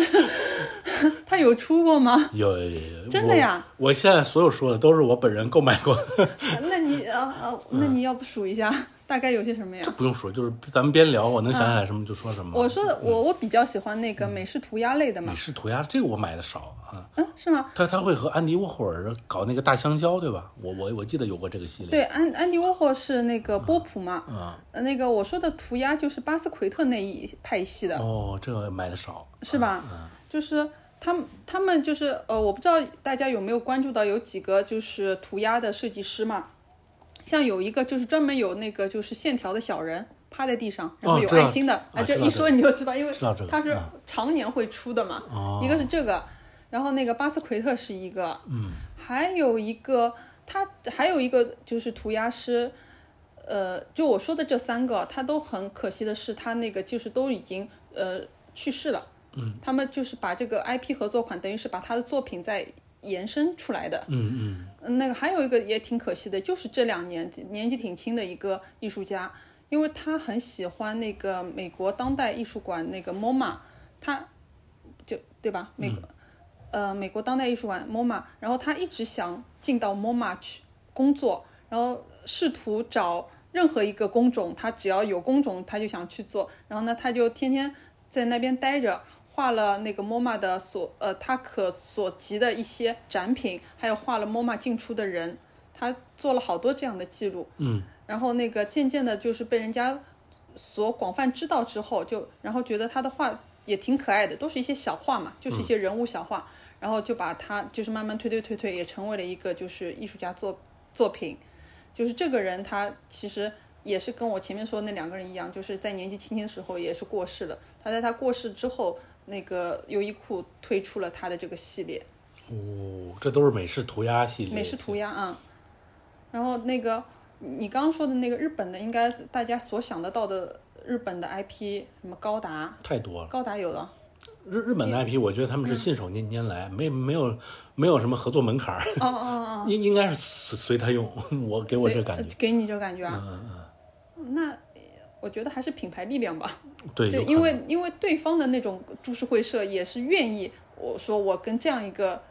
Speaker 1: 他有出过吗？
Speaker 2: 有有有有，
Speaker 1: 真的呀
Speaker 2: 我！我现在所有说的都是我本人购买过的，
Speaker 1: 那你呃呃，那你要不数一下，大概有些什么呀？
Speaker 2: 不用说，就是咱们边聊，我能想起来什么就说什么。
Speaker 1: 我说的，我我比较喜欢那个美式涂鸦类的嘛
Speaker 2: 美，式涂鸦这个我买的少啊，
Speaker 1: 嗯，是吗？
Speaker 2: 他他会和安迪沃霍尔搞那个大香蕉，对吧？我我我记得有过这个系列。
Speaker 1: 对，安安迪沃霍是那个波普嘛，
Speaker 2: 啊，
Speaker 1: 呃那个我说的涂鸦就是巴斯奎特那一派系的，
Speaker 2: 哦，这个买的少，
Speaker 1: 是吧？
Speaker 2: 嗯
Speaker 1: 就是他们他们就是呃，我不知道大家有没有关注到有几个就是涂鸦的设计师嘛，像有一个就是专门有那个就是线条的小人。趴在地上，然后
Speaker 2: 哦
Speaker 1: 有
Speaker 2: 知道
Speaker 1: 爱心的，啊，
Speaker 2: 啊
Speaker 1: 这
Speaker 2: 知道
Speaker 1: 一
Speaker 2: 这个
Speaker 1: 说你就知道，因为
Speaker 2: 知道这个
Speaker 1: 它是
Speaker 2: 啊
Speaker 1: 常年会出的嘛。
Speaker 2: 哦
Speaker 1: 一个是这个，然后那个巴斯奎特是一个，嗯，还有一个他还有一个就是涂鸦师，呃，就我说的这三个，他都很可惜的是，他那个就是都已经呃去世了。嗯，他们就是把这个 IP 合作款，等于是把他的作品再延伸出来的。
Speaker 2: 嗯嗯，
Speaker 1: 嗯，那个还有一个也挺可惜的，就是这两年年纪挺轻的一个艺术家，因为他很喜欢那个美国当代艺术馆那个 MoMA，他就对吧？美国、呃美国当代艺术馆 MoMA，然后他一直想进到 MoMA 去工作，然后试图找任何一个工种，他只要有工种他就想去做，然后呢他就天天在那边待着。画了那个 MoMA 的所呃，他可所及的一些展品，还有画了 MoMA 进出的人，他做了好多这样的记录。
Speaker 2: 嗯，
Speaker 1: 然后那个渐渐的，就是被人家所广泛知道之后，就然后觉得他的画也挺可爱的，都是一些小画嘛，就是一些人物小画，然后就把他就是慢慢推推推推，也成为了一个就是艺术家作作品。就是这个人，他其实也是跟我前面说的那两个人一样，就是在年纪轻轻的时候也是过世了。他在他过世之后，那个优衣库推出了他的这个系列。
Speaker 2: 哦，这都是美式涂鸦系列，
Speaker 1: 美式涂鸦啊、然后那个你刚刚说的那个日本的，应该大家所想得到的日本的 IP，什么高达，
Speaker 2: 太多了。
Speaker 1: 高达有了
Speaker 2: 日日
Speaker 1: 嗯
Speaker 2: 本的 IP，我觉得他们是信手拈拈来，没没有没有什么合作门槛儿，
Speaker 1: 哦哦哦，
Speaker 2: 应应该是随随他用。 我给我这感觉，嗯
Speaker 1: 觉，给你这感觉啊，那。我觉得还是品牌力量吧，
Speaker 2: 对，
Speaker 1: 就
Speaker 2: 有
Speaker 1: 因
Speaker 2: 可
Speaker 1: 为因为呃对方的那种株式会社也是愿意，我说我跟这样一个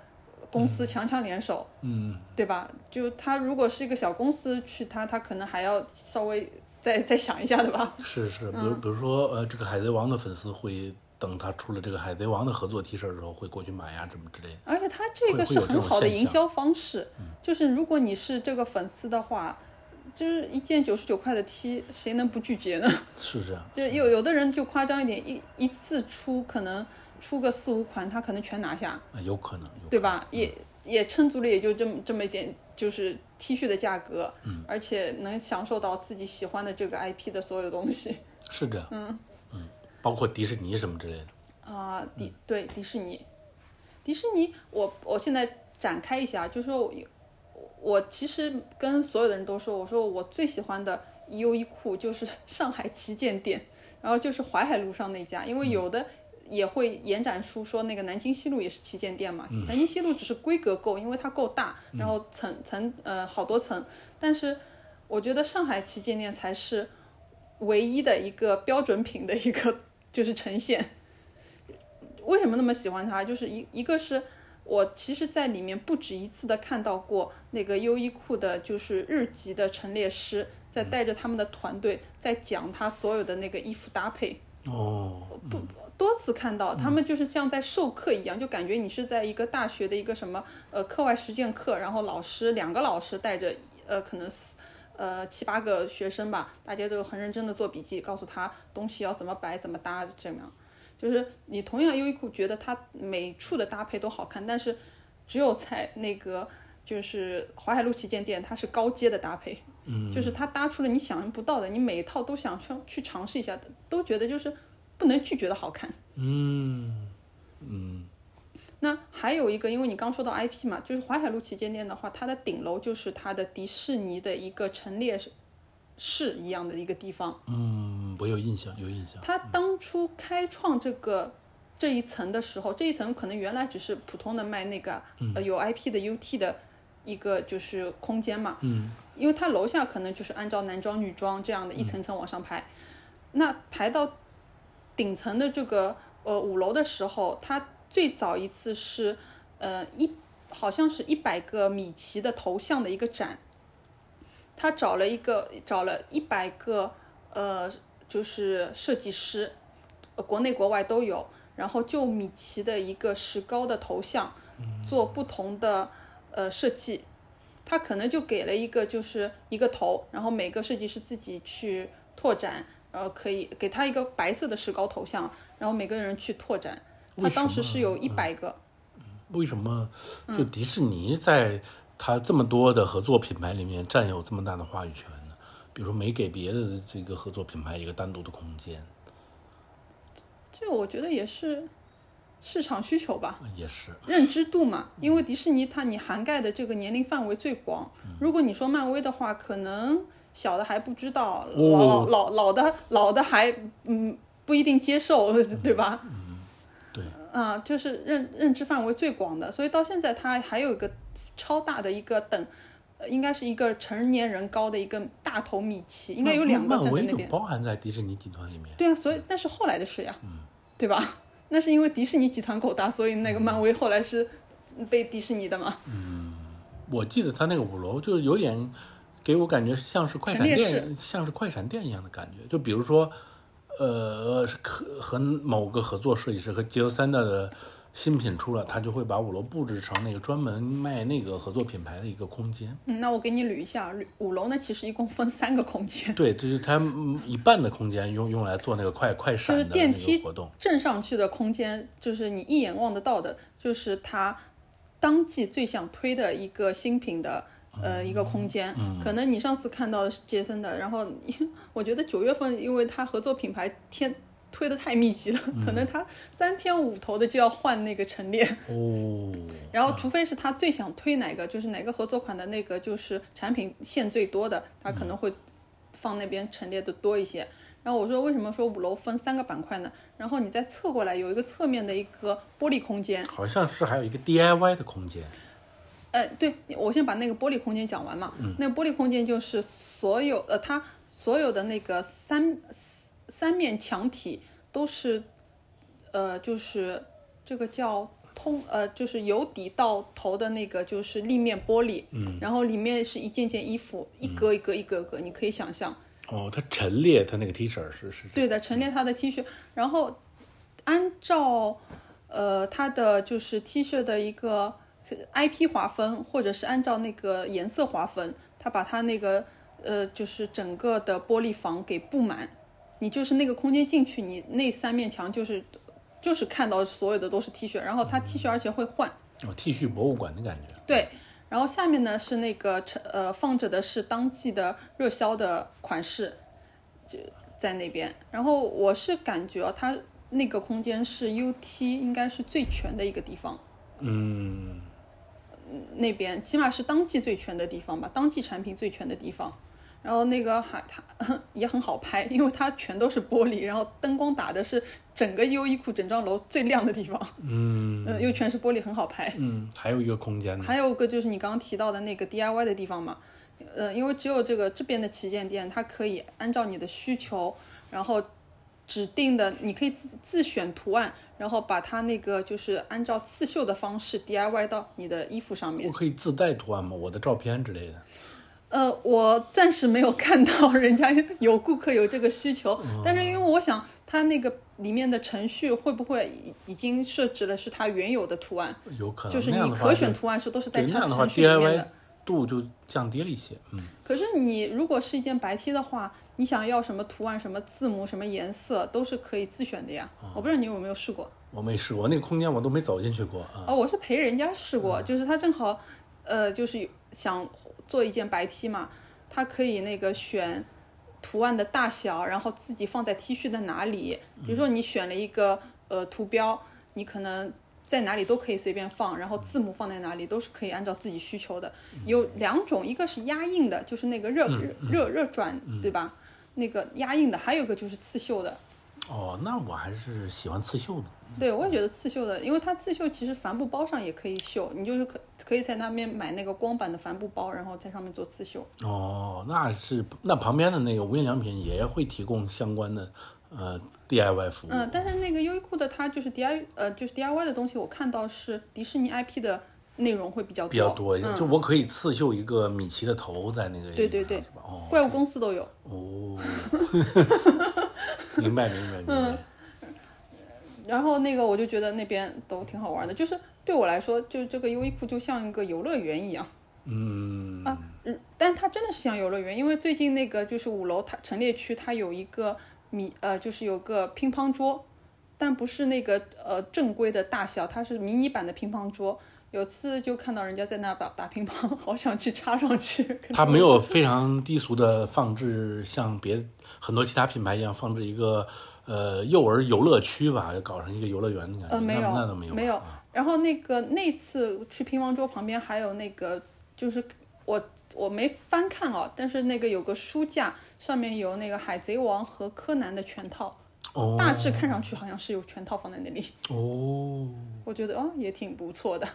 Speaker 1: 公
Speaker 2: 嗯
Speaker 1: 司强强联手，
Speaker 2: 能嗯，
Speaker 1: 对吧？就他如果是一个小公司去他，他可能还要稍微再再想一下的吧。
Speaker 2: 是是，
Speaker 1: 嗯
Speaker 2: 比如比如说呃，这个海贼王的粉丝会等他出了这个海贼王的合作 T 恤的时候，会过去买呀，什么之类的。
Speaker 1: 而且它这个
Speaker 2: 会会
Speaker 1: 是
Speaker 2: 有这
Speaker 1: 很
Speaker 2: 种
Speaker 1: 好的
Speaker 2: 现
Speaker 1: 营
Speaker 2: 象嗯
Speaker 1: 销方式，就是如果你是这个粉丝的话，就是一件九十九块的 T，谁能不拒绝呢？
Speaker 2: 是这样，
Speaker 1: 就有有的人就夸张一点，一一次出可能出个四五款，他可能全拿下，
Speaker 2: 啊有可能，有
Speaker 1: 对吧？也也撑足了也就这么这么一点，就是 T 恤的价格，而且能享受到自己喜欢的这个 IP 的所有东西
Speaker 2: 是这样，嗯包括迪士尼什么之类的。
Speaker 1: 啊、迪对迪士尼，迪士尼，我我现在展开一下，就是说我我其实跟所有的人都说，我说我最喜欢的优衣库就是 上海旗舰店，然后就是淮海路上那家，因为有的也会延展出说那个南京西路也是旗舰店嘛，南京西路只是规格够，因为它够大，然后层层呃好多层，但是我觉得上海旗舰店才是唯一的一个标准品的一个 就是呈现。为什么那么喜欢它？就是一一个是我其实在里面不止一次的看到过那个优衣库的，就是日籍的陈列师在带着他们的团队在讲他所有的那个衣服搭配，
Speaker 2: 哦，
Speaker 1: 不多次看到他们就是像在授课一样，就感觉你是在一个大学的一个什么呃课外实践课，然后老师两个老师带着呃可能四呃七八个学生吧，大家都很认真的做笔记，告诉他东西要怎么摆怎么搭这样。就是你同样优衣库觉得它每处的搭配都好看，但是只有在那个就是淮海路旗舰店，它是高阶的搭配，嗯，就是它搭出了你想象不到的，你每一套都想去去尝试一下，都觉得就是不能拒绝的好看。
Speaker 2: 嗯嗯，
Speaker 1: 那还有一个，因为你刚说到 IP 嘛，就是淮海路旗舰店的话，它的顶楼就是它的迪士尼的一个陈列室一样的一个地方。
Speaker 2: 嗯，我有印象，有印象。
Speaker 1: 他当初开创这个这一层的时候，这一层可能原来只是普通的卖那个、呃有 IP 的 UT 的一个就是空间嘛，
Speaker 2: 嗯，
Speaker 1: 因为它楼下可能就是按照男装、女装这样的一层层往上排，那排到顶层的这个呃五楼的时候，它最早一次是呃一好像是一百个米奇的头像的一个展，他找了一个找了一百个呃就是设计师，呃国内国外都有，然后就米奇的一个石膏的头像
Speaker 2: 嗯
Speaker 1: 做不同的呃设计，他可能就给了一个就是一个头，然后每个设计师自己去拓展，呃可以给他一个白色的石膏头像，然后每个人去拓展，他
Speaker 2: 为什
Speaker 1: 当时
Speaker 2: 么嗯
Speaker 1: 是有一百个。
Speaker 2: 为什么就迪士尼在它这么多的合作品牌里面占有这么大的话语权呢？比如说没给别的这个合作品牌一个单独的空间，
Speaker 1: 这我觉得也是市场需求吧，
Speaker 2: 呃也是
Speaker 1: 认知度嘛。因为迪士尼它你涵盖的这个年龄范围最广，
Speaker 2: 嗯
Speaker 1: 如果你说漫威的话，可能小的还不知道，
Speaker 2: 哦
Speaker 1: 老老老老的老的还嗯不一定接受， 对吧？
Speaker 2: 对，
Speaker 1: 啊，就是认认知范围最广的，所以到现在它还有一个超大的一个等。呃应该是一个成年人高的一个大头米奇，应该有
Speaker 2: 那
Speaker 1: 两个
Speaker 2: 漫
Speaker 1: 站在
Speaker 2: 威
Speaker 1: 那
Speaker 2: 就
Speaker 1: 边。
Speaker 2: 包含在迪士尼集团里面。
Speaker 1: 对啊，所以那是后来的事呀，对吧？那是因为迪士尼集团狗大，所以那个漫威后来是被迪士尼的嘛。
Speaker 2: 我记得它那个五楼就是有点给我感觉像是快闪
Speaker 1: 陈列
Speaker 2: 店，像是快闪店一样的感觉。就比如说，呃，和和某个合作设计师和杰欧三代的新品出了，他就会把五楼布置成那个专门卖那个合作品牌的一个空间。
Speaker 1: 嗯，那我给你捋一下，捋五楼呢其实一共分三个空间，
Speaker 2: 对，这就是它嗯一半的空间用用来做那个快快闪
Speaker 1: 就
Speaker 2: 的
Speaker 1: 是
Speaker 2: 那
Speaker 1: 电梯
Speaker 2: 个活动。
Speaker 1: 正上去的空间，就是你一眼望得到的，就是它当季最想推的一个新品的。呃，一个
Speaker 2: 嗯
Speaker 1: 空间，可能你上次看到的是杰森的，然后你我觉得九月份，因为他合作品牌天推的太密集了，
Speaker 2: 嗯
Speaker 1: 可能他三天五头的就要换那个陈列，
Speaker 2: 哦，
Speaker 1: 然后，除非是他最想推哪个，就是哪个合作款的那个，就是产品线最多的，他可能会放那边陈列的多一些。然后我说，为什么说五楼分三个板块呢？然后你再侧过来有一个侧面的一个玻璃空间，
Speaker 2: 好像是还有一个 DIY 的空间。
Speaker 1: 呃，对我先把那个玻璃空间讲完嘛。那个玻璃空间就是所有呃，它所有的那个三三三面墙体都是呃，就是这个叫通呃，就是由底到头的那个就是立面玻璃。嗯。然后里面是一件件衣服，一格一格一格一格，你可以想象。
Speaker 2: 哦，它陈列它那个 T 恤是是是。
Speaker 1: 对的，陈列他的 T 恤，然后按照呃他的就是 T 恤的一个 IP 划分，或者是按照那个颜色划分，他把他那个呃就是整个的玻璃房给布满，你就是那个空间进去，你那三面墙就是就是看到所有的都是 T 恤，然后他 T 恤而且会换，
Speaker 2: 哦，T 恤博物馆的感觉。
Speaker 1: 对，然后下面呢是那个陈呃放着的是当季的热销的款式，就在那边。然后我是感觉啊它那个空间是 UT 应该是最全的一个地方，
Speaker 2: 嗯，
Speaker 1: 那边起码是当季最全的地方吧，当季产品最全的地方。然后那个还它 也很好拍，因为它全都是玻璃，然后灯光打的是整个优衣库整幢楼最亮的地方，
Speaker 2: 嗯
Speaker 1: 嗯、又全是玻璃，很好拍。
Speaker 2: 嗯，还有一个空间呢。
Speaker 1: 还有个就是你刚刚提到的那个 DIY 的地方嘛，呃，因为只有这个这边的旗舰店，它可以按照你的需求，然后指定的你可以自自选图案，然后把它那个就是按照刺绣的方式 DIY 到你的衣服上面
Speaker 2: 我。可以自带图案吗？我的照片之类的。
Speaker 1: 呃，我暂时没有看到人家有顾客有这个需求，
Speaker 2: 哦
Speaker 1: 但是因为我想它那个里面的程序会不会已已经设置了是它原有的图案，
Speaker 2: 有可能
Speaker 1: 就是
Speaker 2: 呃那
Speaker 1: 你
Speaker 2: 样的话
Speaker 1: 可选图案是都是在
Speaker 2: 对那样的话
Speaker 1: 程序里面的
Speaker 2: DIY。度就降低了一些。嗯，
Speaker 1: 可是你如果是一件白 T 的话，你想要什么图案、什么字母、什么颜色，都是可以自选的呀。我不知道你有没有试过，
Speaker 2: 我没试过那个空间，我都没走进去过啊。
Speaker 1: 哦，我是陪人家试过，就是他正好，呃，就是想做一件白 T 嘛，他可以那个选图案的大小，然后自己放在 T 恤的哪里。比如说你选了一个呃图标，你可能在哪里都可以随便放，然后字母放在哪里都是可以按照自己需求的。有两种，一个是压印的，就是那个热热热热转，对吧？那个压印的，还有一个就是刺绣的。
Speaker 2: 哦，那我还是喜欢刺绣的。
Speaker 1: 对，我也觉得刺绣的，因为它刺绣其实帆布包上也可以绣，你就是可可以在那边买那个光版的帆布包，然后在上面做刺绣。
Speaker 2: 哦，那是那旁边的那个无印良品也会提供相关的呃 DIY 服务。
Speaker 1: 嗯，但是那个优衣库的它就是 D I 呃就是 D I Y 的东西，我看到是迪士尼 I P 的内容会比较多，
Speaker 2: 比较多一点，
Speaker 1: 嗯
Speaker 2: 就我可以刺绣一个米奇的头在那个
Speaker 1: 对对对
Speaker 2: 上是吧哦
Speaker 1: 怪物公司都有。
Speaker 2: 哦， 明白明白明
Speaker 1: 嗯
Speaker 2: 白，
Speaker 1: 然后那个我就觉得那边都挺好玩的，就是对我来说，就这个优衣库就像一个游乐园一样。
Speaker 2: 嗯
Speaker 1: 啊，嗯，但它真的是像游乐园，因为最近那个就是五楼它陈列区，它有一个米呃，就是有个乒乓桌，但不是那个呃正规的大小，它是迷你版的乒乓桌。有次就看到人家在那打打乒乓， 好想去插上去。可
Speaker 2: 它
Speaker 1: 能
Speaker 2: 没有非常低俗的放置，像别很多其他品牌一样放置一个呃幼儿游乐区吧，搞成一个游乐园的感觉。
Speaker 1: 呃没有
Speaker 2: 那那倒没有，啊
Speaker 1: 没有。然后那个那次去乒乓桌旁边还有那个，就是我我没翻看哦，但是那个有个书架，上面有那个《海贼王》和《柯南》的全套，
Speaker 2: 哦
Speaker 1: 大致看上去好像是有全套放在那里。
Speaker 2: 哦，
Speaker 1: 我觉得哦也挺不错的。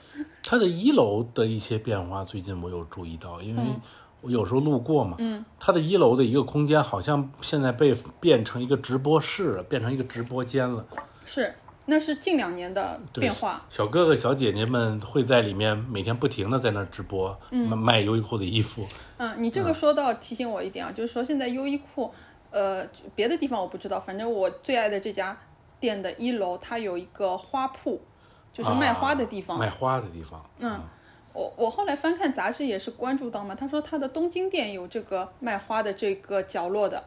Speaker 2: 它的一楼的一些变化，最近我有注意到，
Speaker 1: 嗯
Speaker 2: 因为我有时候路过嘛，嗯，它的一楼的一个空间好像现在被变成一个直播室了，变成一个直播间了。
Speaker 1: 是，那是近两年的
Speaker 2: 对
Speaker 1: 变化。
Speaker 2: 小哥哥小姐姐们会在里面每天不停的在那儿直播，
Speaker 1: 嗯
Speaker 2: 卖卖优衣库的衣服。
Speaker 1: 嗯，你这个说到提醒我一点啊，就是说现在优衣库，呃，别的地方我不知道，反正我最爱的这家店的一楼，它有一个花铺，就是卖花的地方。
Speaker 2: 啊卖花的地方。嗯，
Speaker 1: 我我后来翻看杂志也是关注到嘛，他说他的东京店有这个卖花的这个角落的，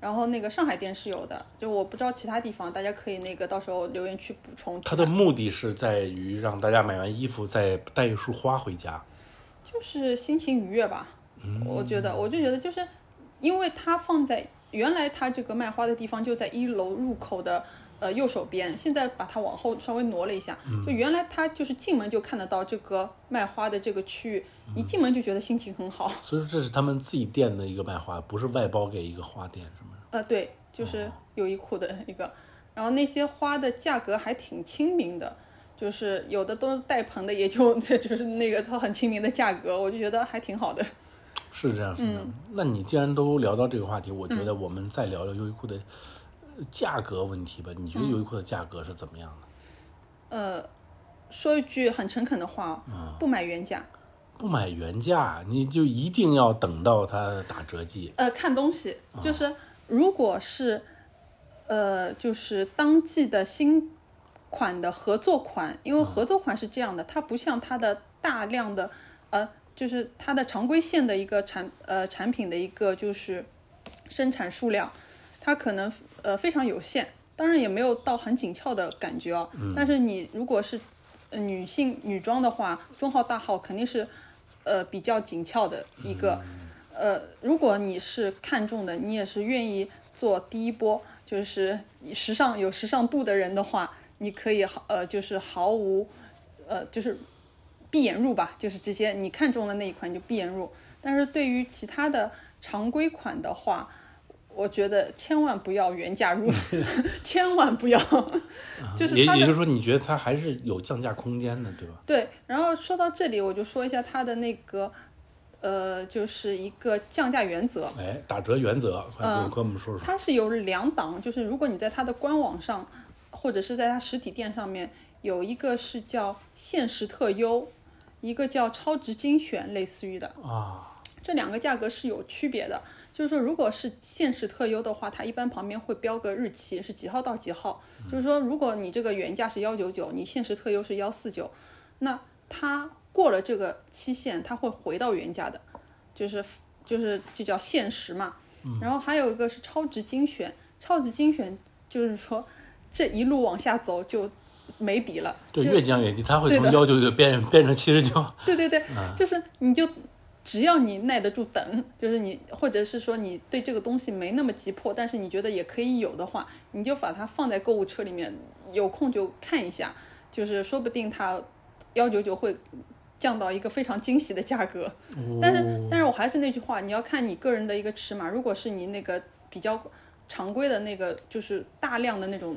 Speaker 1: 然后那个上海店是有的，就我不知道其他地方，大家可以那个到时候留言区补充。
Speaker 2: 它的目的是在于让大家买完衣服再带一束花回家。
Speaker 1: 就是心情愉悦吧。我觉得，我就觉得就是，因为它放在原来它这个卖花的地方就在一楼入口的呃右手边，现在把它往后稍微挪了一下，就原来它就是进门就看得到这个卖花的这个区域，一进门就觉得心情很好。
Speaker 2: 所以说这是他们自己店的一个卖花，不是外包给一个花店什么的。
Speaker 1: 呃，对，就是优衣库的一个，然后那些花的价格还挺亲民的。就是有的都是带盆的，也就 就是那个它很亲民的价格，我就觉得还挺好的。
Speaker 2: 是这样，是这
Speaker 1: 嗯
Speaker 2: 样。那你既然都聊到这个话题，我觉得我们再聊聊优衣库的呃价格问题吧。你觉得
Speaker 1: 嗯
Speaker 2: 优衣库的价格是怎么样的？
Speaker 1: 呃，说一句很诚恳的话，哦，不买原价。
Speaker 2: 不买原价，你就一定要等到它打折季。
Speaker 1: 呃，看东西就是，如果是呃，就是当季的新款的合作款，因为合作款是这样的，它不像它的大量的呃，就是它的常规线的一个产呃产品的一个就是生产数量，它可能呃非常有限，当然也没有到很紧俏的感觉哦。但是你如果是呃女性女装的话，中号大号肯定是呃比较紧俏的一个。
Speaker 2: 嗯
Speaker 1: 呃，如果你是看中的，你也是愿意做第一波，就是时尚有时尚度的人的话，你可以毫呃就是毫无呃就是闭眼入吧，就是直接你看中的那一款你就闭眼入。但是对于其他的常规款的话，我觉得千万不要原价入， 千万不要， 就是
Speaker 2: 也
Speaker 1: 它
Speaker 2: 也
Speaker 1: 的
Speaker 2: 就是说，你觉得它还是有降价空间的，对吧？
Speaker 1: 对，然后说到这里，我就说一下它的那个，呃，就是一个降价原则，
Speaker 2: 哎，打折原则，快
Speaker 1: 嗯
Speaker 2: 跟我跟我们说说。
Speaker 1: 它是有两档，就是如果你在它的官网上，或者是在它实体店上面，有一个是叫限时特优，一个叫超值精选，类似于的。
Speaker 2: 啊，
Speaker 1: 这两个价格是有区别的。就是说，如果是限时特优的话，它一般旁边会标个日期，是几号到几号。
Speaker 2: 嗯
Speaker 1: 就是说，如果你这个原价是幺九九，你限时特优是幺四九，那它过了这个期限，它会回到原价的，就是就是就叫限时嘛。
Speaker 2: 嗯
Speaker 1: 然后还有一个是超值精选，超值精选就是说这一路往下走就没底了。
Speaker 2: 对，
Speaker 1: 就
Speaker 2: 越降越低，它会
Speaker 1: 对
Speaker 2: 从
Speaker 1: 的
Speaker 2: 幺九九变变成七十九。
Speaker 1: 对对对，就是你就只要你耐得住等，就是你或者是说你对这个东西没那么急迫，但是你觉得也可以有的话，你就把它放在购物车里面，有空就看一下，就是说不定它幺九九会。降到一个非常惊喜的价格，
Speaker 2: 哦
Speaker 1: 但是但是我还是那句话，你要看你个人的一个尺码。如果是你那个比较常规的那个就是大量的那种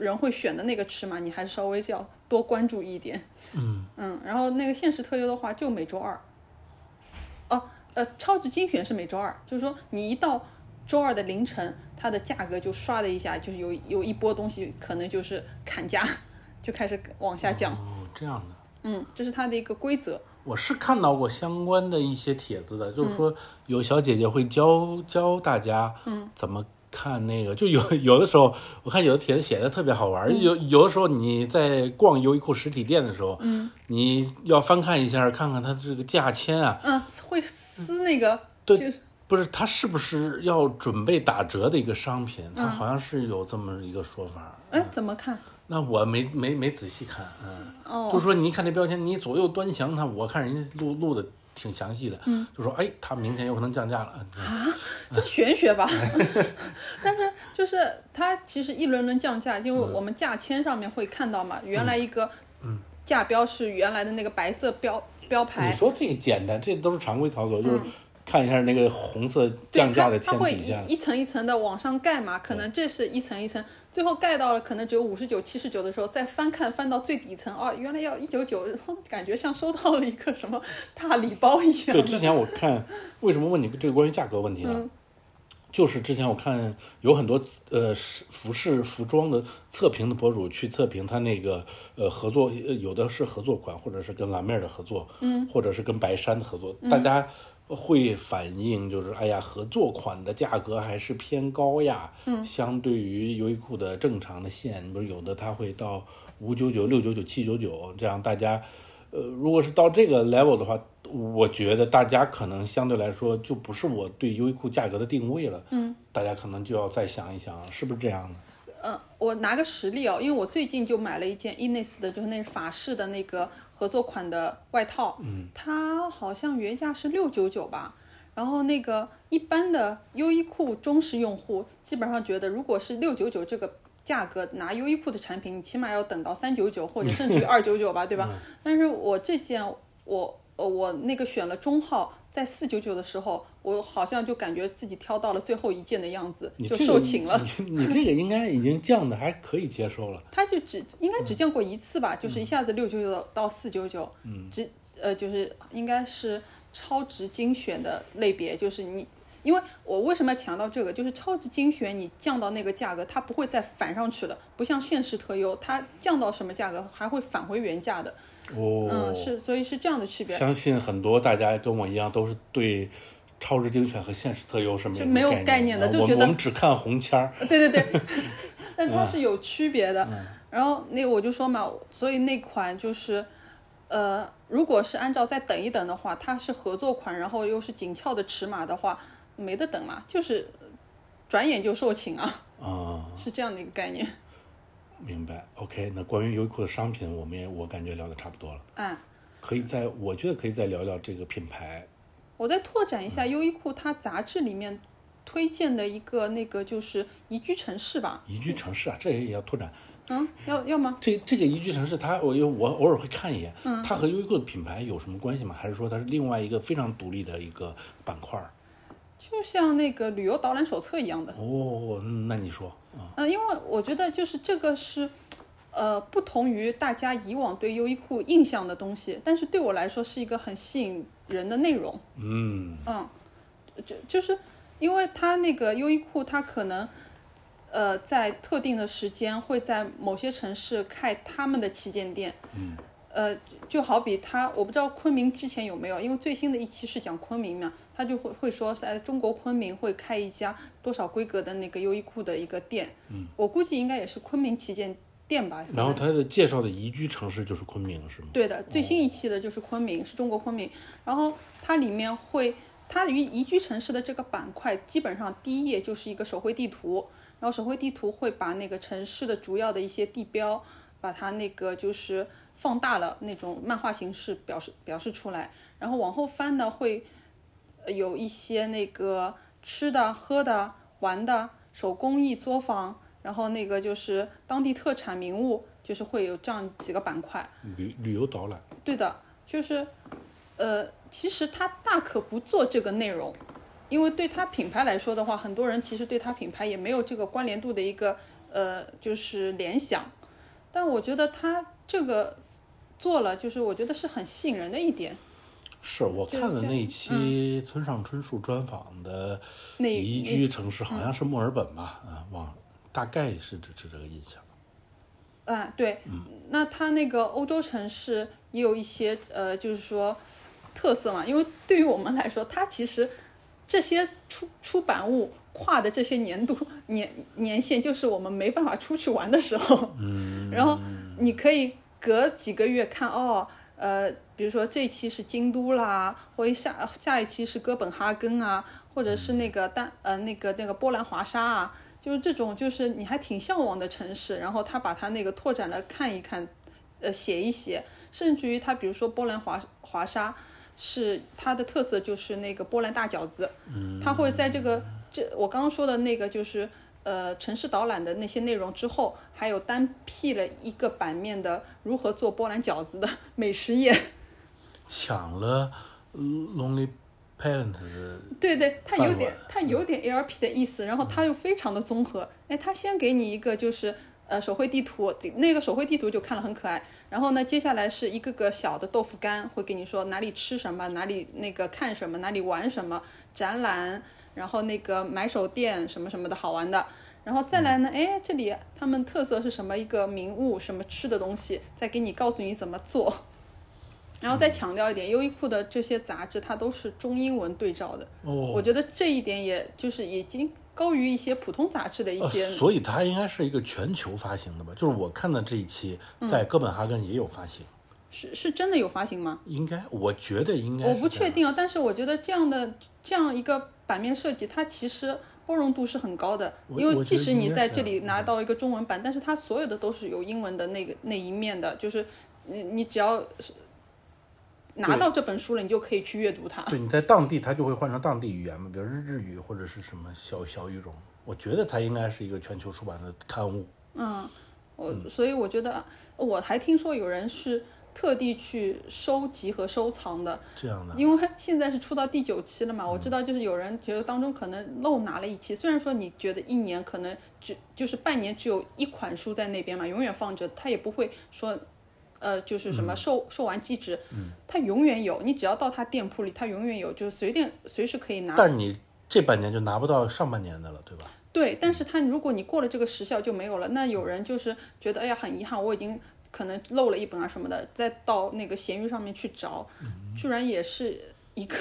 Speaker 1: 人会选的那个尺码，你还是稍微是要多关注一点。
Speaker 2: 嗯
Speaker 1: 嗯，然后那个限时特优的话，就每周二。哦，呃，超值精选是每周二，就是说你一到周二的凌晨，它的价格就唰的一下，就是有有一波东西可能就是砍价，就开始往下降。
Speaker 2: 哦，这样的。
Speaker 1: 嗯，这是它的一个规则。
Speaker 2: 我是看到过相关的一些帖子的，就是说有小姐姐会教教大家，嗯，怎么看那个，就 有有的时候我看有的帖子写的特别好玩儿，有有的时候你在逛优衣库实体店的时候，嗯，你要翻看一下，看看它这个价签啊，
Speaker 1: 嗯，会撕那个，
Speaker 2: 对
Speaker 1: 就是
Speaker 2: 不是它是不是要准备打折的一个商品，它好像是有这么一个说法。
Speaker 1: 哎，怎么看？
Speaker 2: 那我没没没仔细看，嗯，
Speaker 1: 哦
Speaker 2: 就说你一看这标签，你左右端详它，我看人家录录的挺详细的，嗯，就说哎，它明天有可能降价了，嗯
Speaker 1: 这玄学 吧，但是就是它其实一轮轮降价，因为我们价签上面会看到
Speaker 2: 嗯
Speaker 1: 嘛，原来一个价标是原来的那个白色标标
Speaker 2: 你
Speaker 1: 牌，
Speaker 2: 说这个简单，这都是常规操作，就是看一下那个红色降
Speaker 1: 嗯对
Speaker 2: 价
Speaker 1: 它
Speaker 2: 的
Speaker 1: 它
Speaker 2: 签
Speaker 1: 会
Speaker 2: 底下，嗯
Speaker 1: 一一层一层的往上盖嘛，可能这是一层一层，最后盖到了可能只有五十九、七十九的时候，再翻看翻到最底层，哦，原来要一九九，感觉像收到了一个什么大礼包一
Speaker 2: 对，
Speaker 1: 样。
Speaker 2: 之前我看为什么问你这个关于价格问题呢？啊就是之前我看有很多呃是服饰服装的测评的博主去测评他那个呃合作，呃有的是合作款，或者是跟蓝妹儿的合作，嗯，或者是跟白山的合作，大家会反映就是哎呀，合作款的价格还是偏高呀，嗯，相对于优衣库的正常的线，你比如有的它会到五九九、六九九、七九九，这样大家。呃，如果是到这个 level 的话，我觉得大家可能相对来说就不是我对优衣库价格的定位了。嗯，大家可能就要再想一想，是不是这样的？
Speaker 1: 嗯，我拿个实例哦，因为我最近就买了一件 Ines 的，就是那法式的那个合作款的外套，嗯，它好像原价是六九九吧。然后那个一般的优衣库忠实用户基本上觉得，如果是六九九这个价格拿优衣库的产品，你起码要等到三九九或者甚至于二九九吧，对吧？但是我这件我呃我那个选了中号，在四九九的时候，我好像就感觉自己挑到了最后一件的样子，
Speaker 2: 你
Speaker 1: 就
Speaker 2: 这个
Speaker 1: 售罄了。
Speaker 2: 你你这个应该已经降的还可以接受了。
Speaker 1: 他就只应该只见过一次吧，就是一下子六九九到四九九，只呃就是应该是超值精选的类别，就是你。因为我为什么要强调这个？就是超值精选，你降到那个价格，它不会再反上去了，不像限时特优，它降到什么价格还会返回原价的。
Speaker 2: 哦，
Speaker 1: 嗯，是，所以是这样的区别，
Speaker 2: 相信很多大家跟我一样，都是对超值精选和限时特优是没
Speaker 1: 是没有概念的就
Speaker 2: 我
Speaker 1: 觉
Speaker 2: 们
Speaker 1: 得
Speaker 2: 我们只看红签儿。
Speaker 1: 对对对，但它是有区别的。然后那我就说嘛，所以那款就是，呃，如果是按照再等一等的话，它是合作款，然后又是紧俏的尺码的话，没得等嘛，就是转眼就售罄啊，
Speaker 2: 啊、
Speaker 1: 是这样的一个概念。
Speaker 2: 明白。OK，那关于优衣库的商品，我们也我感觉聊的差不多了，
Speaker 1: 啊，
Speaker 2: 可以再我觉得可以再聊聊这个品牌。
Speaker 1: 我再拓展一下优衣库它杂志里面推荐的一个那个就是宜居城市吧，
Speaker 2: 宜居城市啊，这也要拓展。
Speaker 1: 嗯，要要吗？
Speaker 2: 这这个宜居城市它，我有我偶尔会看一眼，
Speaker 1: 嗯
Speaker 2: 它和优衣库的品牌有什么关系吗？还是说它是另外一个非常独立的一个板块儿？
Speaker 1: 就像那个旅游导览手册一样的。
Speaker 2: 哦，嗯那你说，啊，
Speaker 1: 嗯，因为我觉得就是这个是，呃，不同于大家以往对优衣库印象的东西，但是对我来说是一个很吸引人的内容。
Speaker 2: 嗯，
Speaker 1: 嗯，就就是因为它那个优衣库，它可能呃在特定的时间会在某些城市开他们的旗舰店。嗯。呃，就好比它，我不知道昆明之前有没有，因为最新的一期是讲昆明嘛，它就会会说在中国昆明会开一家多少规格的那个优衣库的一个店。嗯。我估计应该也是昆明旗舰店吧。可能
Speaker 2: 然后它的介绍的宜居城市就是昆明，是吗？
Speaker 1: 对的，最新一期的就是昆明，是中国昆明。然后它里面会，它与宜居城市的这个板块，基本上第一页就是一个手绘地图，然后手绘地图会把那个城市的主要的一些地标，把它那个就是放大了那种漫画形式表示表示出来。然后往后翻呢，会呃有一些那个吃的、喝的、玩的、手工艺作坊，然后那个就是当地特产名物，就是会有这样几个板块。
Speaker 2: 旅旅游导览，
Speaker 1: 对的，就是，呃，其实他大可不做这个内容，因为对它品牌来说的话，很多人其实对它品牌也没有这个关联度的一个呃，就是联想。但我觉得它这个做了，就是我觉得是很吸引人的一点。
Speaker 2: 是我
Speaker 1: 就
Speaker 2: 看了
Speaker 1: 这嗯
Speaker 2: 那期村上春树专访的
Speaker 1: 那嗯
Speaker 2: 宜居城市，好像是墨尔本吧？啊，忘了，大概是只是这个印象。
Speaker 1: 啊，对，那它那个欧洲城市也有一些呃，就是说特色嘛，因为对于我们来说，它其实这些出出版物跨的这些年度年年限，就是我们没办法出去玩的时候，嗯，然后你可以隔几个月看哦。呃，比如说这一期是京都啦，或者下下一期是哥本哈根啊，或者是那个丹呃那个那个波兰华沙啊，就是这种就是你还挺向往的城市，然后他把它那个拓展了看一看，呃写一写，甚至于他比如说波兰华华沙是它的特色就是那个波兰大饺子，他会在这个这我刚刚说的那个就是呃城市导览的那些内容之后，还有单辟了一个版面的如何做波兰饺子的美食页，
Speaker 2: 抢了呃 Lonely Planet 的
Speaker 1: 对对，它
Speaker 2: 饭
Speaker 1: 有点
Speaker 2: 碗
Speaker 1: 它有点 ARP 的意思，然后它又非常的综合。哎，它先给你一个就是呃手绘地图，那个手绘地图就看了很可爱。然后呢，接下来是一个个小的豆腐干，会给你说哪里吃什么，哪里那个看什么，哪里玩什么，展览，然后那个买手店什么什么的好玩的。然后再来呢，哎，这里他们特色是什么一个名物，什么吃的东西，再给你告诉你怎么做。然后再强调一点，优衣库的这些杂志它都是中英文对照的，我
Speaker 2: 哦，
Speaker 1: 觉得这一点也就是已经高于一些普通杂志的一
Speaker 2: 呃
Speaker 1: 些，
Speaker 2: 所以它应该是一个全球发行的吧？就是我看的这一期
Speaker 1: 嗯
Speaker 2: 在哥本哈根也有发行，
Speaker 1: 是是真的有发行吗？
Speaker 2: 应该我觉得应该
Speaker 1: 我
Speaker 2: 是
Speaker 1: 不
Speaker 2: 这样
Speaker 1: 确定啊，但是我觉得这样的这样一个版面设计，它其实包容度是很高的，
Speaker 2: 我
Speaker 1: 因
Speaker 2: 我
Speaker 1: 为
Speaker 2: 觉
Speaker 1: 即
Speaker 2: 得
Speaker 1: 使
Speaker 2: 应
Speaker 1: 你
Speaker 2: 该
Speaker 1: 在
Speaker 2: 是
Speaker 1: 这
Speaker 2: 这
Speaker 1: 里拿到一个中文版，但是它所有的都是有英文的那个那一面的，就是你你只要是拿
Speaker 2: 对
Speaker 1: 到这本书了，你就可以去阅读它。
Speaker 2: 对，你在当地它就会换成当地语言嘛，比如日日语或者是什么小小语种。我觉得它应该是一个全球出版的刊物。
Speaker 1: 嗯，我所以我觉得，我还听说有人是特地去收集和收藏的，
Speaker 2: 这样的，
Speaker 1: 因为现在是出到第九期了嘛，我知道就是有人觉得当中可能漏拿了一期，虽然说你觉得一年可能只就是半年只有一款书在那边嘛，永远放着，它也不会说，呃，就是什么售售完即止，它永远有，你只要到它店铺里，它永远有，就是随便随时可以拿。
Speaker 2: 但是你这半年就拿不到上半年的了，对吧？
Speaker 1: 对，但是它如果你过了这个时效就没有了，那有人就是觉得哎呀很遗憾，我已经可能漏了一本啊什么的，再到那个闲鱼上面去找，居然也是一个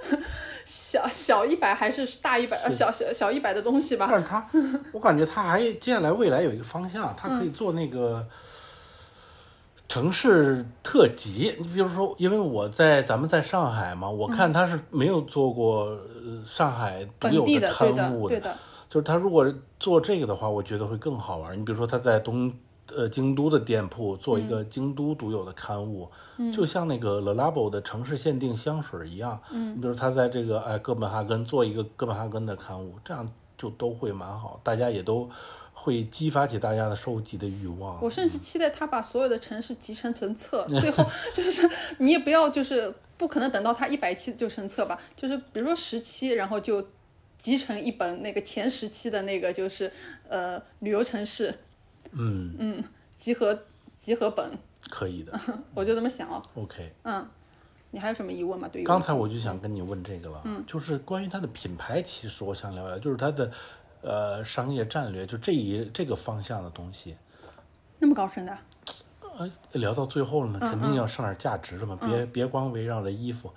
Speaker 1: 小小一百还是大一百呃小小小一百的东西吧。
Speaker 2: 但是它，我感觉它还接下来未来有一个方向，它
Speaker 1: 嗯
Speaker 2: 可以做那个城市特辑。你比如说，因为我在咱们在上海嘛，
Speaker 1: 嗯
Speaker 2: 我看它是没有做过呃上海独
Speaker 1: 本
Speaker 2: 有
Speaker 1: 地的，对
Speaker 2: 刊
Speaker 1: 的，
Speaker 2: 物
Speaker 1: 对的，
Speaker 2: 就是他如果做这个的话，我觉得会更好玩。你比如说他在东呃京都的店铺做一个京都独有的刊物，就像那个 Le Labo 的城市限定香水一样。嗯，你比如他在这个哎哥本哈根做一个哥本哈根的刊物，这样就都会蛮好，大家也都会激发起大家的收集的欲望。
Speaker 1: 我甚至期待他把所有的城市集成成 册，最后就是你也不要就是不可能等到他一百期就成册吧，就是比如说十期，然后就集成一本那个前十期的那个就是呃旅游城市
Speaker 2: 嗯，
Speaker 1: 集合集合本，
Speaker 2: 可以的。
Speaker 1: 我就这么想哦。
Speaker 2: OK，
Speaker 1: 你还有什么疑问吗？对于我
Speaker 2: 刚才我就想跟你问这个了，就是关于它的品牌，其实我想聊聊，就是它的呃商业战略，就这一这个方向的东西。
Speaker 1: 那么高深的，
Speaker 2: 呃，聊到最后了呢，肯定要上点价值的嘛，别别光围绕着衣服。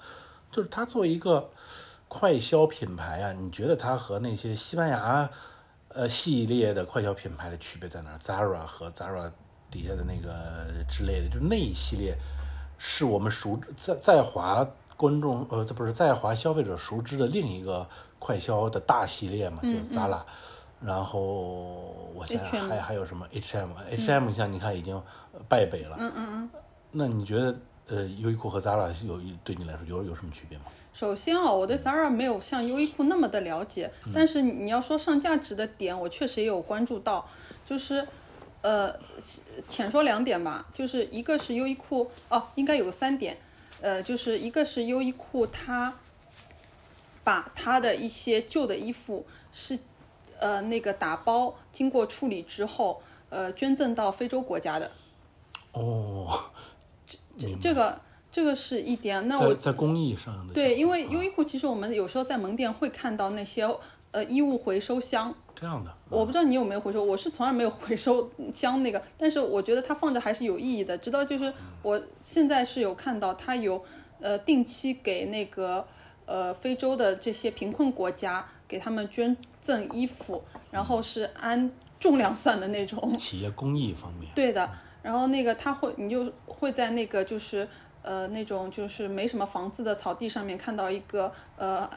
Speaker 2: 就是它作为一个快消品牌啊，你觉得它和那些西班牙呃系列的快消品牌的区别在哪儿？Zara 和 Zara 底下的那个之类的，就是那一系列是我们熟知在在华观众呃，这不是在华消费者熟知的另一个快消的大系列嘛，就 Zara。然后我现在
Speaker 1: H&M
Speaker 2: 还还有什么 H M H M 像你看已经呃败北嗯了，嗯嗯嗯。那你觉得呃优衣库和 Zara 有对你来说有有什么区别吗？
Speaker 1: 首先啊、我对 Zara 没有像优衣库那么的了解，但是你要说上价值的点，我确实也有关注到，就是，呃，浅说两点吧，就是一个是优衣库哦，应该有三点，呃，就是一个是优衣库它把他的一些旧的衣服是呃那个打包，经过处理之后，呃捐赠到非洲国家的。
Speaker 2: 哦，
Speaker 1: 这这个这个是一点。那
Speaker 2: 在
Speaker 1: 我
Speaker 2: 在工艺上的
Speaker 1: 对，因为
Speaker 2: 啊
Speaker 1: 优衣库其实我们有时候在门店会看到那些呃衣物回收箱，
Speaker 2: 这样的，
Speaker 1: 我不知道你有没有回收，我是从来没有回收 箱那个，但是我觉得它放着还是有意义的。直到就是我现在是有看到它有呃定期给那个呃非洲的这些贫困国家给他们捐赠衣服，然后是按重量算的那种。
Speaker 2: 企业工艺方面，
Speaker 1: 对的，然后那个他会，你就会在那个就是呃那种就是没什么房子的草地上面看到一个呃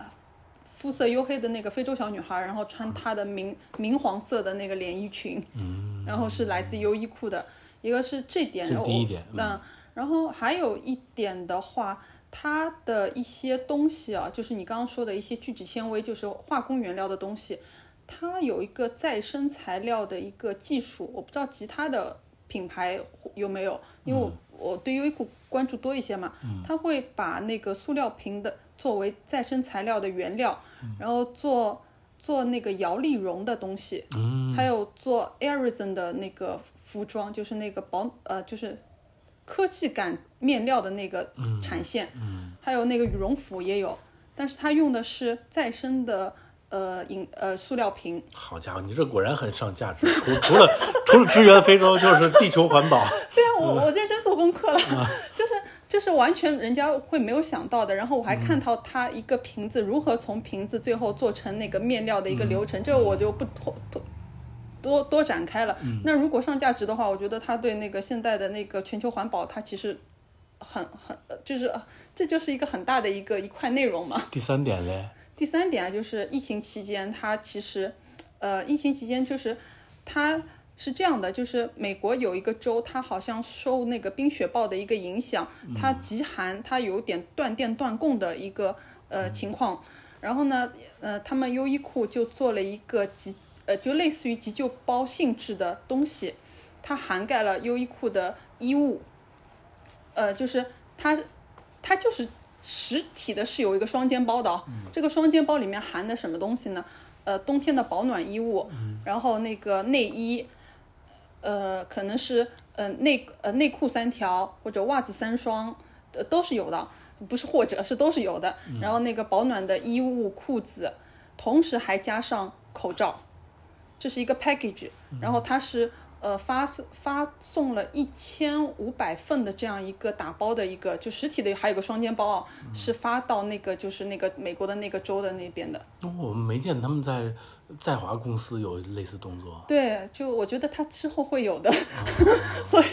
Speaker 1: 肤色黝黑的那个非洲小女孩，然后穿她的明明黄色的那个连衣裙，
Speaker 2: 嗯，
Speaker 1: 然后是来自优衣库的，一个是这点，
Speaker 2: 这
Speaker 1: 然后
Speaker 2: 第
Speaker 1: 我
Speaker 2: 一点嗯
Speaker 1: 嗯，然后还有一点的话。它的一些东西啊，就是你刚刚说的一些聚酯纤维，就是化工原料的东西，它有一个再生材料的一个技术，我不知道其他的品牌有没有，因为我、
Speaker 2: 嗯
Speaker 1: 我对优衣库关注多一些嘛，它会把那个塑料瓶的作为再生材料的原料，
Speaker 2: 嗯
Speaker 1: 然后做做那个摇粒绒的东西，
Speaker 2: 嗯
Speaker 1: 还有做 Arizen 的那个服装，就是那个保呃就是科技感面料的那个产线，还有那个羽绒服也有，但是它用的是再生的呃饮呃塑料瓶，
Speaker 2: 好家伙，你这果然很上价值，除除了除了支援非洲，就是地球环保。
Speaker 1: 对啊，我我认真做功课了， 就是就是完全人家会没有想到的。然后我还看到他一个瓶子如何从瓶子最后做成那个面料的一个流程，这个我就不多多多多展开了。那如果上价值的话，我觉得它对那个现在的那个全球环保，它其实很很呃就是呃这就是一个很大的一个一块内容嘛。
Speaker 2: 第三点嘞，
Speaker 1: 第三点啊，就是疫情期间，它其实，呃，疫情期间就是它是这样的，就是美国有一个州，它好像受那个冰雪暴的一个影响，它极寒，它有点断电断供的一个呃情况。然后呢，呃，他们优衣库就做了一个急呃，就类似于急救包性质的东西，它涵盖了优衣库的衣物，呃，就是它它就是实体的是有一个双肩包的、哦，这个双肩包里面含的什么东西呢？呃，冬天的保暖衣物，然后那个内衣，呃，可能是呃内呃内裤三条或者袜子三双，呃都是有的，不是或者是都是有的。然后那个保暖的衣物、裤子，同时还加上口罩，这是一个 package。然后它是呃发送发送了一千五百份的这样一个打包的一个，就实体的还有个双肩包啊，是发到那个就是那个美国的那个州的那边的。
Speaker 2: 那我们没见他们在在华公司有类似动作。
Speaker 1: 对，就我觉得他之后会有的， 所以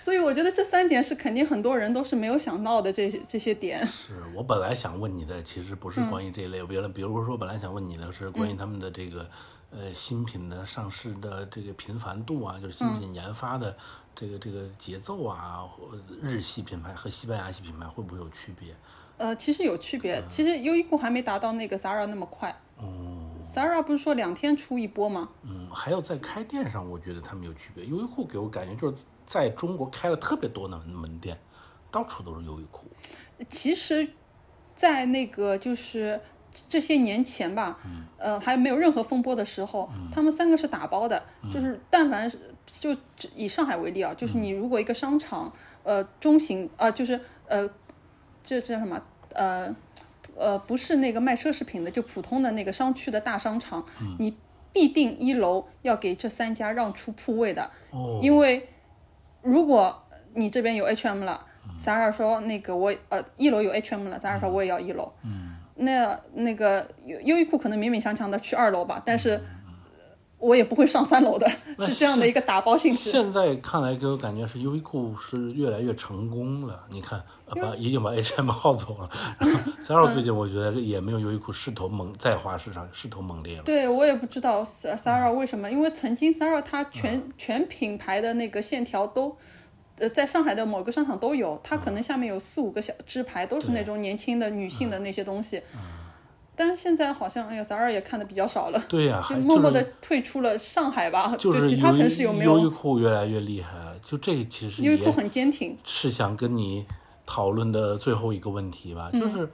Speaker 1: 所以我觉得这三点是肯定很多人都是没有想到的这些这些点。
Speaker 2: 是我本来想问你的，其实不是关于这一类，原来比如说，本来想问你的是关于他们的这个呃新品的上市的这个频繁度啊，就是新品研发的这个这个节奏啊，或日系品牌和西班牙系品牌会不会有区别？
Speaker 1: 呃，其实有区别，其实优衣库还没达到那个 Zara 那么快。
Speaker 2: 哦，
Speaker 1: Zara 不是说两天出一波吗？
Speaker 2: 嗯，还有在开店上，我觉得他们有区别。优衣库给我感觉就是在中国开了特别多的门店，到处都是优衣库。
Speaker 1: 其实，在那个就是这些年前吧，呃，还没有任何风波的时候，他们三个是打包的，就是但凡是就只以上海为例啊，就是你如果一个商场，呃，中型啊、呃，就是呃，这这叫什么呃。呃，不是那个卖奢侈品的，就普通的那个商区的大商场，
Speaker 2: 嗯
Speaker 1: 你必定一楼要给这三家让出铺位的，
Speaker 2: 哦，
Speaker 1: 因为如果你这边有 H&M 了，Zara
Speaker 2: 嗯
Speaker 1: 说那个我呃一楼有 H&M 了，Zara 说我也要一楼，
Speaker 2: 嗯，
Speaker 1: 那那个优优衣库可能勉勉强强的去二楼吧，但是我也不会上三楼的，
Speaker 2: 嗯那
Speaker 1: 是这样的一个打包性质。
Speaker 2: 现在看来给我感觉是优衣库是越来越成功了。你看，呃把已经把 H&M 薅走了， 然后 Zara 最近我觉得也没有优衣库势头猛，在华市场势头猛烈了。
Speaker 1: 对我也不知道 Sa-
Speaker 2: 嗯
Speaker 1: Zara 为什么，因为曾经 Zara 它全、全品牌的那个线条都。呃，在上海的某个商场都有，它
Speaker 2: 嗯
Speaker 1: 可能下面有四五个小支牌，都是那种年轻的女性的那些东西。
Speaker 2: 嗯
Speaker 1: 但是现在好像，哎呀，Zara 也看的比较少了。
Speaker 2: 对呀、
Speaker 1: 就
Speaker 2: 还
Speaker 1: 默默
Speaker 2: 是
Speaker 1: 的退出了上海吧，
Speaker 2: 就
Speaker 1: 其他城市有没
Speaker 2: 优衣
Speaker 1: 有？
Speaker 2: 库越来越厉害了？就这其实
Speaker 1: 优衣库
Speaker 2: 也
Speaker 1: 很坚挺，
Speaker 2: 嗯是想跟你讨论的最后一个问题吧，就是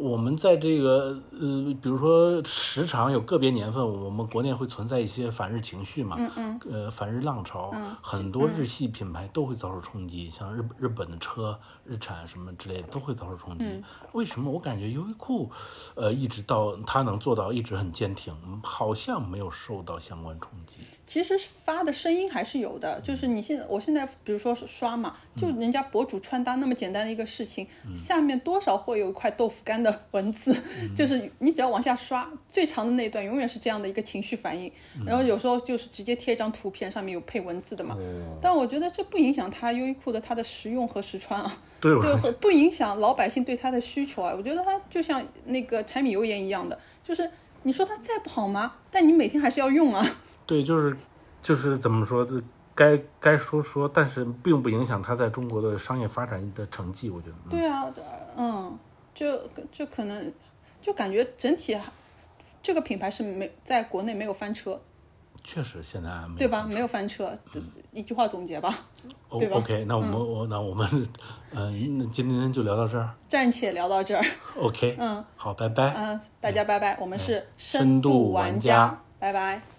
Speaker 2: 我们在这个呃，比如说时常有个别年份，我们国内会存在一些反日情绪嘛，嗯嗯，呃，反日浪潮，很多日系品牌都会遭受冲击，像日日本的车、日产什么之类的都会遭受冲击。为什么我感觉优衣库，呃，一直到它能做到一直很坚挺，好像没有受到相关冲击？
Speaker 1: 其实发的声音还是有的，就是你现在，我现在比如说刷嘛，就人家博主穿搭那么简单的一个事情，下面多少会有一块豆腐干的 文字，就是你只要往下刷，最长的那一段永远是这样的一个情绪反应，然后有时候就是直接贴一张图片，上面有配文字的嘛。但我觉得这不影响它优衣库的它的实用和实穿啊，
Speaker 2: 对我
Speaker 1: 对，和不影响老百姓对它的需求啊。我觉得它就像那个柴米油盐一样的，就是你说它再不好吗？但你每天还是要用啊。
Speaker 2: 对，就是就是怎么说，该该说说，但是并不影响它在中国的商业发展的成绩，我觉得。嗯
Speaker 1: 对啊，这嗯，就就可能就感觉整体还这个品牌是没在国内没有翻车，
Speaker 2: 确实，现在没有
Speaker 1: 对吧？没有翻车，
Speaker 2: 嗯
Speaker 1: 这一句话总结吧，
Speaker 2: O
Speaker 1: 对吧
Speaker 2: OK，那我们、我那我们， 嗯、那今天就聊到这儿。
Speaker 1: 暂且聊到这儿。
Speaker 2: OK，嗯，好，拜拜。
Speaker 1: 嗯，大家拜拜，我们是
Speaker 2: 深度
Speaker 1: 度
Speaker 2: 玩
Speaker 1: 玩
Speaker 2: 家
Speaker 1: 拜拜。